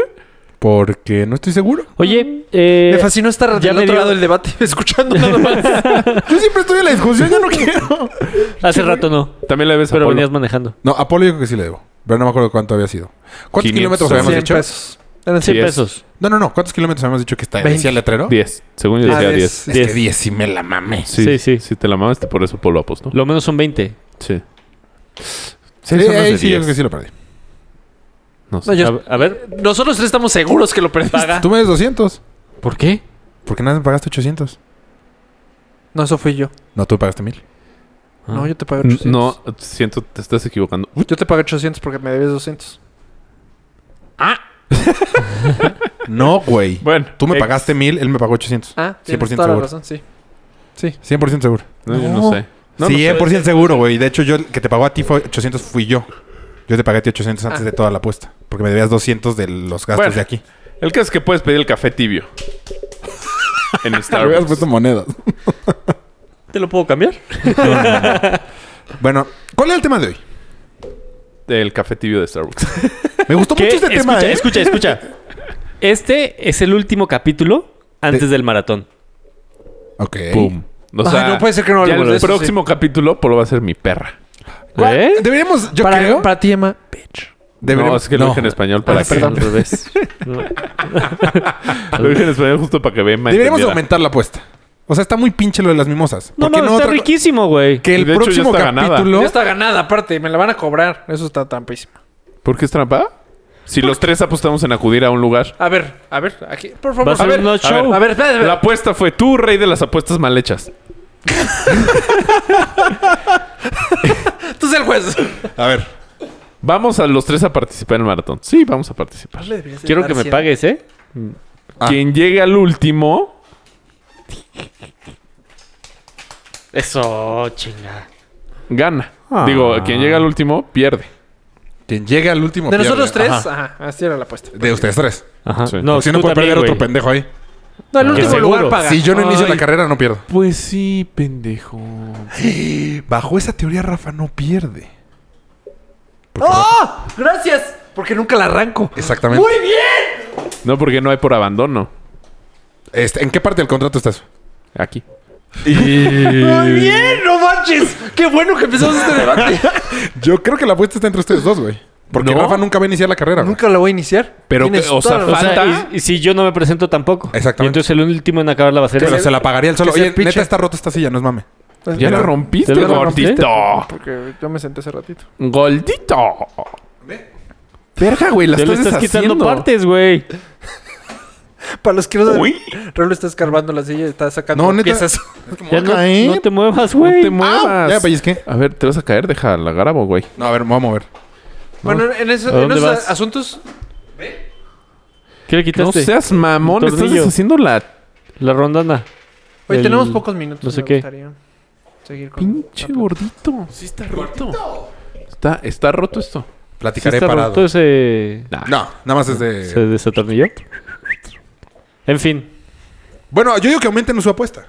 S6: Porque no estoy seguro.
S3: Oye, eh,
S4: me fascinó estar del
S3: ya me
S4: otro
S3: dio-
S4: lado del debate, escuchando nada más.
S6: Yo siempre estoy en la discusión, yo no quiero.
S3: hace rato no,
S5: También le ves a
S3: pero
S5: Polo.
S3: venías manejando.
S6: No, Apolo yo creo que sí le debo. Pero no me acuerdo cuánto había sido. ¿Cuántos
S5: 500
S6: kilómetros habíamos
S4: 100
S6: dicho?
S4: pesos. Eran 100
S5: Sí,
S3: 100
S5: es.
S3: pesos.
S6: No, no, no. ¿Cuántos kilómetros habíamos dicho que está?
S4: Veinte.
S6: ¿Decía el letrero?
S5: 10. Según yo
S4: Ah,
S5: decía
S4: diez.
S5: 10.
S6: Es que
S3: Diez.
S6: 10 sí me la mamé.
S5: Sí,
S3: Sí,
S5: sí,
S3: sí.
S5: sí. Si te la mamaste, por eso Polo apostó.
S3: Lo menos son 20.
S5: Sí. eso
S6: Sí,
S5: no es
S6: ahí
S5: de
S6: sí, yo
S5: diez.
S6: creo que sí lo perdí.
S5: No sé.
S4: No, yo-
S3: A, a ver,
S4: Nosotros tres estamos seguros que lo perdiste.
S5: Ah.
S3: paga.
S6: Tú me des 200.
S3: ¿Por qué?
S6: ¿Por qué nada me pagaste 800?
S4: No, eso fui yo.
S6: No, tú pagaste 1000.
S4: No, yo te pagué
S5: N-
S4: 800.
S5: No, siento, te estás equivocando. Uy,
S4: Yo te pagué 800 porque me debes 200.
S6: No, güey.
S5: Bueno.
S6: Tú me
S5: ex-
S6: pagaste 1000, él me pagó 800.
S4: Ah,
S6: 100%
S4: tienes toda la
S6: seguro.
S4: razón, sí.
S6: 100% seguro.
S5: No, yo no
S6: No.
S5: sé. No, no sé.
S6: 100% seguro, güey. De hecho, yo el que te pagó a ti fue 800 fui yo. Yo te pagué a ti 800 antes
S4: Ah.
S6: de toda la apuesta. Porque me debías 200 de los gastos
S5: Bueno.
S6: de aquí.
S5: El caso es que puedes pedir el café tibio. en Starbucks.
S6: monedas.
S3: ¿Te lo puedo cambiar?
S6: Bueno, ¿cuál era el tema de hoy?
S5: El café tibio de Starbucks.
S6: Me gustó mucho este tema,
S3: escucha,
S6: ¿eh?
S3: escucha, escucha. Este es el último capítulo antes
S6: De-
S3: del maratón.
S6: Ok.
S5: Pum. O
S4: Ay,
S5: sea,
S4: no puede ser que no
S5: ya
S4: hablemos de
S5: El
S4: eso,
S5: próximo capítulo, Polo va a ser mi perra.
S6: ¿Cuál-
S3: ¿Eh?
S6: Deberíamos, yo
S4: para,
S6: creo.
S4: para ti, Emma, bitch.
S5: No,
S6: deberíamos,
S5: es que lo dije en español para
S6: Ah,
S5: que...
S6: perdón.
S3: Al revés. No.
S5: Lo dije en español justo para que vean.
S6: deberíamos aumentar la apuesta. O sea, está muy pinche lo de las mimosas.
S3: No,
S6: ¿Por qué
S3: no, está
S6: otra-
S3: riquísimo, güey.
S6: Que
S5: Y
S6: el
S5: de hecho ya
S6: próximo
S5: está ganada.
S6: capítulo.
S4: Ya está ganada, aparte, me la van a cobrar. Eso está tan pésimo.
S5: ¿Por qué es trampa? Si los tres apostamos en acudir a un lugar.
S4: A ver, a ver, aquí, por
S3: Va
S4: favor.
S3: a ser
S5: ver,
S3: un no
S5: a
S3: show.
S4: A ver, espérate,
S5: La
S4: espérate.
S5: apuesta fue tú, rey de las apuestas mal hechas.
S4: Tú eres el juez.
S6: A ver.
S5: Vamos a los tres a participar en el maratón. Sí, vamos a participar.
S3: Quiero que me pagues, ¿eh?
S6: Ah.
S5: Quien llegue al último.
S3: Eso, chinga.
S5: Gana. Digo, quien llega al último pierde.
S6: Quien llegue al último.
S4: De
S6: pierde.
S4: nosotros tres,
S6: Ajá.
S4: ajá. así era la apuesta.
S6: De ustedes tres.
S3: Ajá.
S5: Sí.
S6: Porque si no
S3: tú también,
S6: puede perder otro
S3: güey.
S6: pendejo ahí.
S4: No, el
S3: Que
S4: último
S3: seguro.
S4: lugar paga.
S6: Si yo no inicio
S5: Ay.
S6: la carrera, no pierdo.
S5: Pues sí, pendejo.
S6: Bajo esa teoría, Rafa no pierde. Porque
S4: ¡Oh! ¡Gracias! Porque nunca la arranco.
S6: Exactamente.
S4: ¡Muy bien!
S5: No, porque no hay por abandono.
S6: Este, ¿En qué parte del contrato estás?
S5: Aquí.
S4: ¡Muy bien! ¡No manches! ¡Qué bueno que empezamos este debate!
S6: Yo creo que la apuesta está entre ustedes dos, güey. Porque
S5: No.
S6: Rafa nunca va a iniciar la carrera. güey.
S4: nunca la voy a iniciar.
S5: Pero
S4: Tienes
S5: que- o sea,
S4: toda
S3: O
S4: la-
S3: sea,
S5: ¿Falta?
S3: y, y si yo no me presento tampoco.
S6: Exactamente.
S3: Y entonces el último en acabarla va a ser
S6: Pero
S3: él.
S6: se la pagaría el solo.
S4: que se
S6: Oye,
S4: piche.
S6: neta está rota esta silla, no es mame.
S5: Ya la rompiste,
S3: ¿Ya la rompiste?
S5: gordito.
S4: Pues Porque yo me senté hace ratito.
S5: Goldito. Verga, güey, la
S3: Te lo
S5: estás,
S3: estás
S5: deshaciendo.
S3: quitando partes, güey.
S4: Para los que no saben,
S5: Uy.
S4: Rolo está escarbando la silla y está sacando
S6: No, neta.
S4: piezas.
S3: Ya no,
S6: Ay.
S3: no te muevas,
S5: No
S3: güey.
S5: te muevas.
S6: Ya, pellizqué.
S5: A ver, te vas a caer, deja, la grabo, güey.
S6: No, a ver, me voy a mover.
S4: Bueno, en, eso-
S3: ¿A
S4: en
S3: dónde
S4: esos
S3: vas?
S4: asuntos,
S3: ¿Qué le
S5: No
S3: quitaste?
S5: seas mamón,
S3: Un
S5: estás
S3: tornillo.
S5: deshaciendo la
S3: La rondana.
S4: hoy
S3: El-
S4: tenemos pocos minutos.
S3: no sé
S4: me
S3: qué.
S4: gustaría seguir con
S5: pinche gordito. Sí está roto. Está, está roto esto.
S3: ¿Sí
S6: Platicaré
S3: está
S6: parado.
S3: roto ese...
S6: No, nada más es
S3: ¿Se
S6: de.
S3: desatornilló? En fin.
S6: Bueno, yo digo que aumenten su apuesta.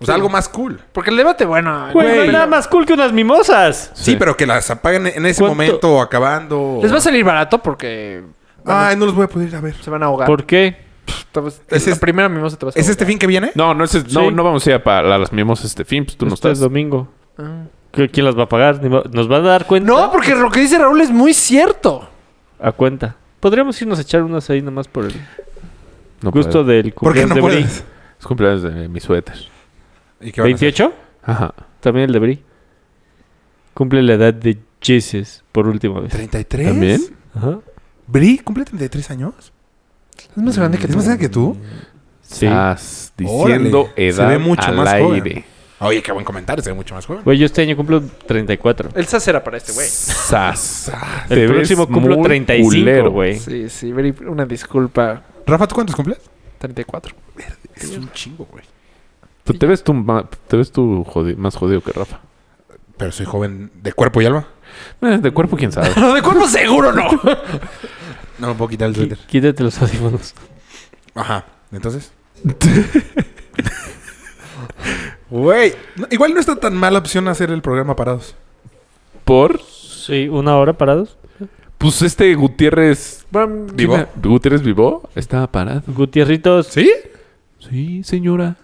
S6: O sea, algo más cool.
S4: Porque el debate, bueno.
S3: Güey, no hay
S4: no-
S3: nada más cool que unas mimosas.
S6: Sí, pero que las apaguen en ese
S3: ¿Cuánto?
S6: momento o acabando.
S4: Les va a salir barato porque
S6: Ay, no los voy a poder ir a ver.
S4: se van a ahogar.
S3: ¿Por qué?
S4: Te vas-
S6: ¿Es
S4: la
S6: este-
S4: primera mimosa te vas a
S6: ¿Es este fin que viene?
S5: No, no, ese- no,
S3: Sí.
S5: no vamos a ir a, pa- a las mimosas este fin, pues tú no
S3: Este es
S5: estás.
S3: domingo.
S4: ahogar. Ah.
S3: ¿Qui- ¿Quién las va a pagar? Ni mo- ¿Nos va a dar cuenta?
S4: No, porque lo que dice Raúl es muy cierto.
S3: A cuenta. Podríamos irnos a echar unas ahí nomás por el
S5: No
S3: gusto
S5: puedo.
S3: del
S6: ¿Por qué
S3: cumpleaños
S6: no
S3: de Bri.
S6: puedes?
S5: Es cumpleaños de mi suéter.
S6: ¿Y qué van a hacer?
S3: ¿28?
S5: Ajá.
S3: También el de Bri. Cumple la edad de Jesus por última vez.
S6: ¿33?
S5: ¿También?
S3: Ajá.
S6: ¿Bri cumple 33 años?
S4: Es más grande que
S6: ¿Es
S4: tú.
S6: más grande que tú?
S3: Sí.
S5: Estás
S6: Órale.
S5: diciendo
S6: Se
S5: edad
S6: ve mucho
S5: al
S6: más joven.
S5: aire.
S6: Oye, qué buen comentario, se ve mucho más joven.
S3: Güey, yo este año cumplo 34.
S4: El SAS era para este güey.
S5: Sas.
S3: El
S5: Ah, Te ves
S3: próximo cumplo
S5: muy
S3: 35,
S5: culero.
S3: güey.
S4: Sí, sí, Bri, una disculpa.
S6: Rafa, ¿tú cuántos cumples?
S4: 34.
S6: Es un chingo, güey.
S5: Tú te ves tú, ma- te ves tú jodi- más jodido que Rafa.
S6: Pero soy joven de cuerpo y alma.
S5: Eh, De cuerpo, quién sabe.
S4: No, de cuerpo seguro no.
S6: No me puedo quitar el
S3: Qui-
S6: suéter.
S3: Quítate los audífonos.
S6: Ajá. Entonces. Güey. no- igual no está tan mala opción hacer el programa parados.
S5: Por.
S3: Sí, una hora parados.
S5: Pues este Gutiérrez.
S4: Bueno,
S6: Vivo.
S5: ¿Quién era? Gutiérrez Vivó estaba parado.
S3: Gutierritos.
S6: ¿Sí?
S5: Sí, señora.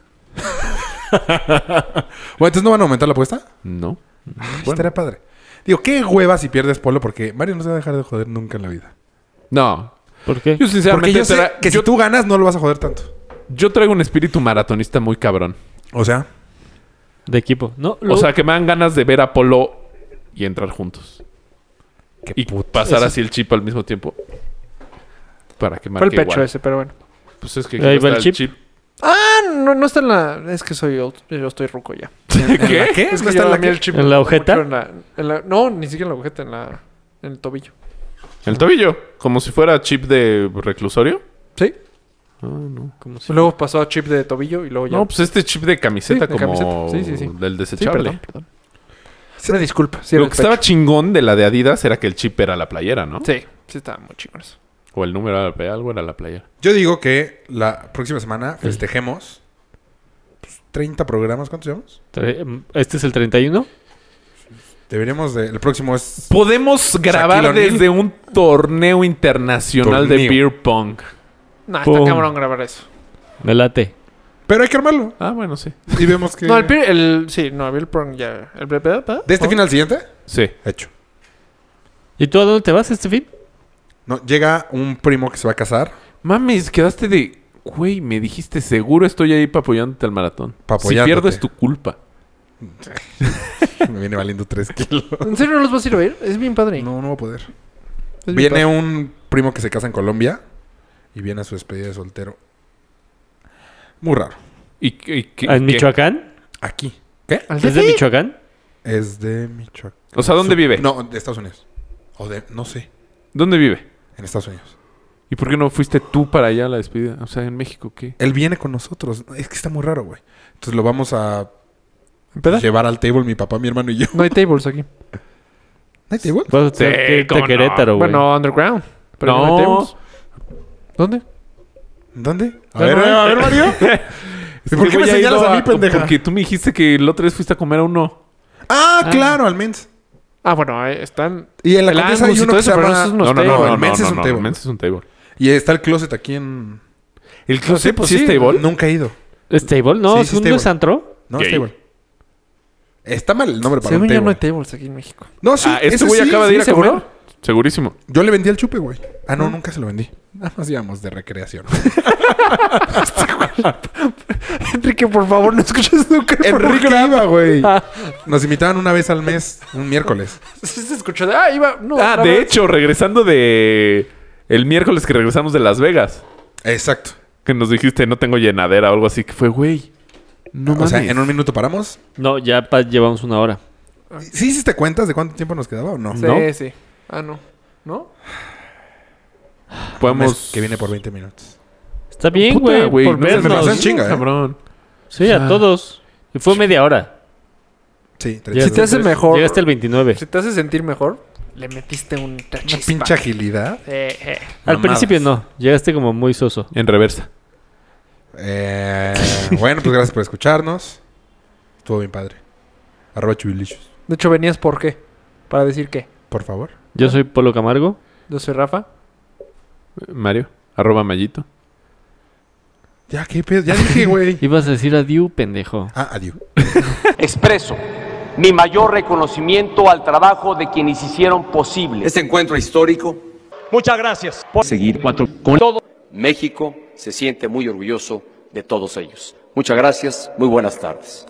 S6: Bueno, entonces no van a aumentar la apuesta.
S5: No.
S6: Ay,
S5: Bueno.
S6: Estaría padre. Digo, qué hueva si pierdes polo, porque Mario no se va a dejar de joder nunca en la vida.
S5: No.
S3: ¿Por qué?
S5: Yo
S6: Porque
S5: sinceramente
S6: yo sé
S5: tra-
S6: que
S5: yo,
S6: si tú ganas, no lo vas a joder tanto.
S5: yo traigo un espíritu maratonista muy cabrón.
S6: O sea,
S3: De equipo. No,
S5: O
S3: lo-
S5: sea, que me dan ganas de ver a Polo y entrar juntos. y pasar así el chip al mismo tiempo. Para que
S4: Fue el
S5: marque
S4: pecho
S5: igual.
S4: ese, pero bueno.
S5: Pues es que
S3: Ahí
S5: aquí
S3: va
S5: no
S3: el
S5: está el
S3: chip.
S5: chip.
S4: Ah, no, no está en la. Es que soy old. Yo estoy ruco ya.
S5: ¿Qué?
S6: ¿qué?
S4: Es que yo
S6: ¿No está en la
S4: dormí
S6: que-
S4: el chip
S3: ¿En la ojeta?
S4: mucho en la- en la- no, ni siquiera en la ojeta, en, la, en el tobillo.
S5: El tobillo. Como si fuera chip de reclusorio.
S4: Sí.
S3: como si-
S4: Luego pasó a chip de tobillo y luego ya.
S5: No, pues este chip de camiseta
S4: Sí, de
S5: como
S4: camiseta. Sí, sí, sí.
S5: del desechable.
S4: perdón, Una disculpa. Sí,
S5: Lo
S4: era
S5: que
S4: el pecho.
S5: estaba chingón de la de Adidas era que el chip era la playera, ¿no?
S4: Sí, sí, estaba muy chingón eso.
S5: O el número era la playera, algo era la playera.
S6: Yo digo que la próxima semana festejemos pues, 30 programas. ¿Cuántos llevamos?
S3: Tre- Este es el 31.
S6: Deberíamos de... El próximo es...
S5: Podemos grabar
S6: Shaquille O'Neal.
S5: desde un torneo internacional de
S6: Torneo.
S5: beer pong.
S4: No,
S3: Pum.
S4: está cabrón grabar eso.
S3: Me late.
S6: Pero hay que armarlo.
S5: Ah, bueno, sí.
S6: Y vemos que...
S4: No, el, pir- el. Sí, no, el Prong ya. El ble- ble- ble-
S6: ¿De este fin al siguiente?
S5: Sí.
S6: Hecho.
S3: ¿Y tú a dónde te vas este fin?
S6: No, llega un primo que se va a casar.
S5: Mames, quedaste de güey, me dijiste, seguro estoy ahí para apoyándote al maratón.
S6: Pa'
S5: si
S6: apoyándote.
S5: pierdo es tu culpa.
S6: Me viene valiendo 3 kilos.
S4: ¿En serio no los vas a ir a ver? Es bien padre.
S6: No, no va a poder.
S4: Es bien padre.
S6: Viene un primo que se casa en Colombia y viene a su despedida de soltero. Muy raro.
S5: ¿Y, qué- y qué-
S3: Ah, ¿En
S5: qué?
S3: Michoacán?
S6: Aquí.
S4: ¿Al
S3: ¿Es de
S4: jefe?
S3: Michoacán?
S6: Es de Michoacán.
S5: O sea, ¿dónde
S6: Su-
S5: vive?
S6: No, de Estados Unidos. O de, no sé,
S5: ¿Dónde vive?
S6: en Estados Unidos.
S5: ¿Y por qué no fuiste tú para allá a la despedida? O sea, en México, ¿qué?
S6: Él viene con nosotros. Es que está muy raro, güey. Entonces lo vamos a
S3: ¿Verdad?
S6: llevar al table mi papá, mi hermano y yo.
S4: No hay tables aquí.
S6: ¿No hay table?
S3: Vas a tener
S5: Sí,
S3: que irte a
S5: cómo no.
S3: Querétaro, güey.
S4: Bueno, underground. Pero no. hay
S5: no,
S4: tables. ¿Dónde?
S6: ¿Dónde? A
S5: No,
S6: ver,
S5: no,
S6: a
S5: no.
S4: eh.
S6: ver, Mario. ¿Y por
S5: Este
S6: qué me
S5: güey ha
S6: señalas
S5: ido
S6: a mí, pendeja?
S5: Porque tú me dijiste que el otro vez fuiste a comer a uno.
S6: Ah, claro, al Mens.
S4: Ah, bueno, ahí están.
S6: Y en la
S4: El
S6: Condesa hay
S4: Angus y
S6: uno
S4: todo
S6: que
S4: eso,
S6: se
S4: pero
S6: llama...
S4: esos
S6: No,
S4: no-
S6: no, no, el Men's
S5: no,
S6: es un
S5: no,
S6: table.
S5: El Men's es un table.
S6: Y está el closet aquí en...
S5: ¿El closet
S6: Pues
S5: sí es table?
S6: Nunca he ido.
S3: ¿Es table? No,
S6: Sí, sí,
S3: ¿es un
S6: stable.
S3: es antro?
S6: No,
S5: Gay.
S6: es table. Está mal el nombre para
S4: Según
S6: un
S4: yo, no hay
S6: table.
S4: tables aquí en México.
S6: No, sí.
S5: Ah, este
S6: ese
S5: güey
S6: sí,
S5: acaba de
S6: sí,
S5: ir a
S6: seguro.
S5: comer. Segurísimo.
S6: Yo le vendí al chupe, güey. Ah,
S4: Mm.
S6: no, nunca se lo vendí. Nada más íbamos de recreación.
S4: Enrique, por favor, no escuches nunca.
S6: Enrique iba, güey.
S4: Ah.
S6: Nos invitaban una vez al mes, un miércoles.
S4: Sí se escuchó de, ah, iba. No,
S5: Ah,
S4: otra
S5: de
S4: vez.
S5: hecho, regresando de... El miércoles que regresamos de Las Vegas.
S6: Exacto.
S5: Que nos dijiste, no tengo llenadera o algo así. Que fue, güey. No
S6: o
S5: mames.
S6: sea, en un minuto paramos.
S3: No, ya pa- llevamos una hora.
S6: ¿Sí hiciste cuentas de cuánto tiempo nos quedaba o no?
S4: Sí,
S5: ¿no?
S4: sí. Ah, no. ¿No?
S6: Un mes
S5: Podemos...
S6: Que viene por 20 minutos.
S3: Está bien,
S5: Puta,
S3: güey, por
S5: no se me
S6: vernos.
S3: vernos.
S6: pasó en chinga, ¿eh?
S5: Cabrón.
S3: Sí,
S4: Ah.
S3: a todos. Y Fue media hora.
S6: Sí,
S3: Ya.
S4: Si
S6: tres.
S4: te hace mejor.
S3: Llegaste el 29.
S4: Si te hace sentir mejor, le metiste un eh.
S6: Una pinche agilidad.
S3: Al
S6: mamadas.
S3: principio no. Llegaste como muy soso.
S5: En reversa.
S6: Eh, bueno, pues gracias por escucharnos. Estuvo bien padre. Arroba chubilichos.
S4: De hecho, venías por qué. Para decir qué.
S6: Por favor.
S3: Yo soy Polo Camargo.
S4: Yo soy Rafa.
S5: Mario. Arroba Mayito.
S6: Ya, qué pedo. Ya dije, güey.
S3: Ibas a decir adiós, pendejo.
S6: Ah, adiós.
S7: expreso mi mayor reconocimiento al trabajo de quienes hicieron posible
S8: Este encuentro histórico,
S2: Muchas gracias.
S8: seguir cuatro con todo. México se siente muy orgulloso de todos ellos. Muchas gracias, muy buenas tardes.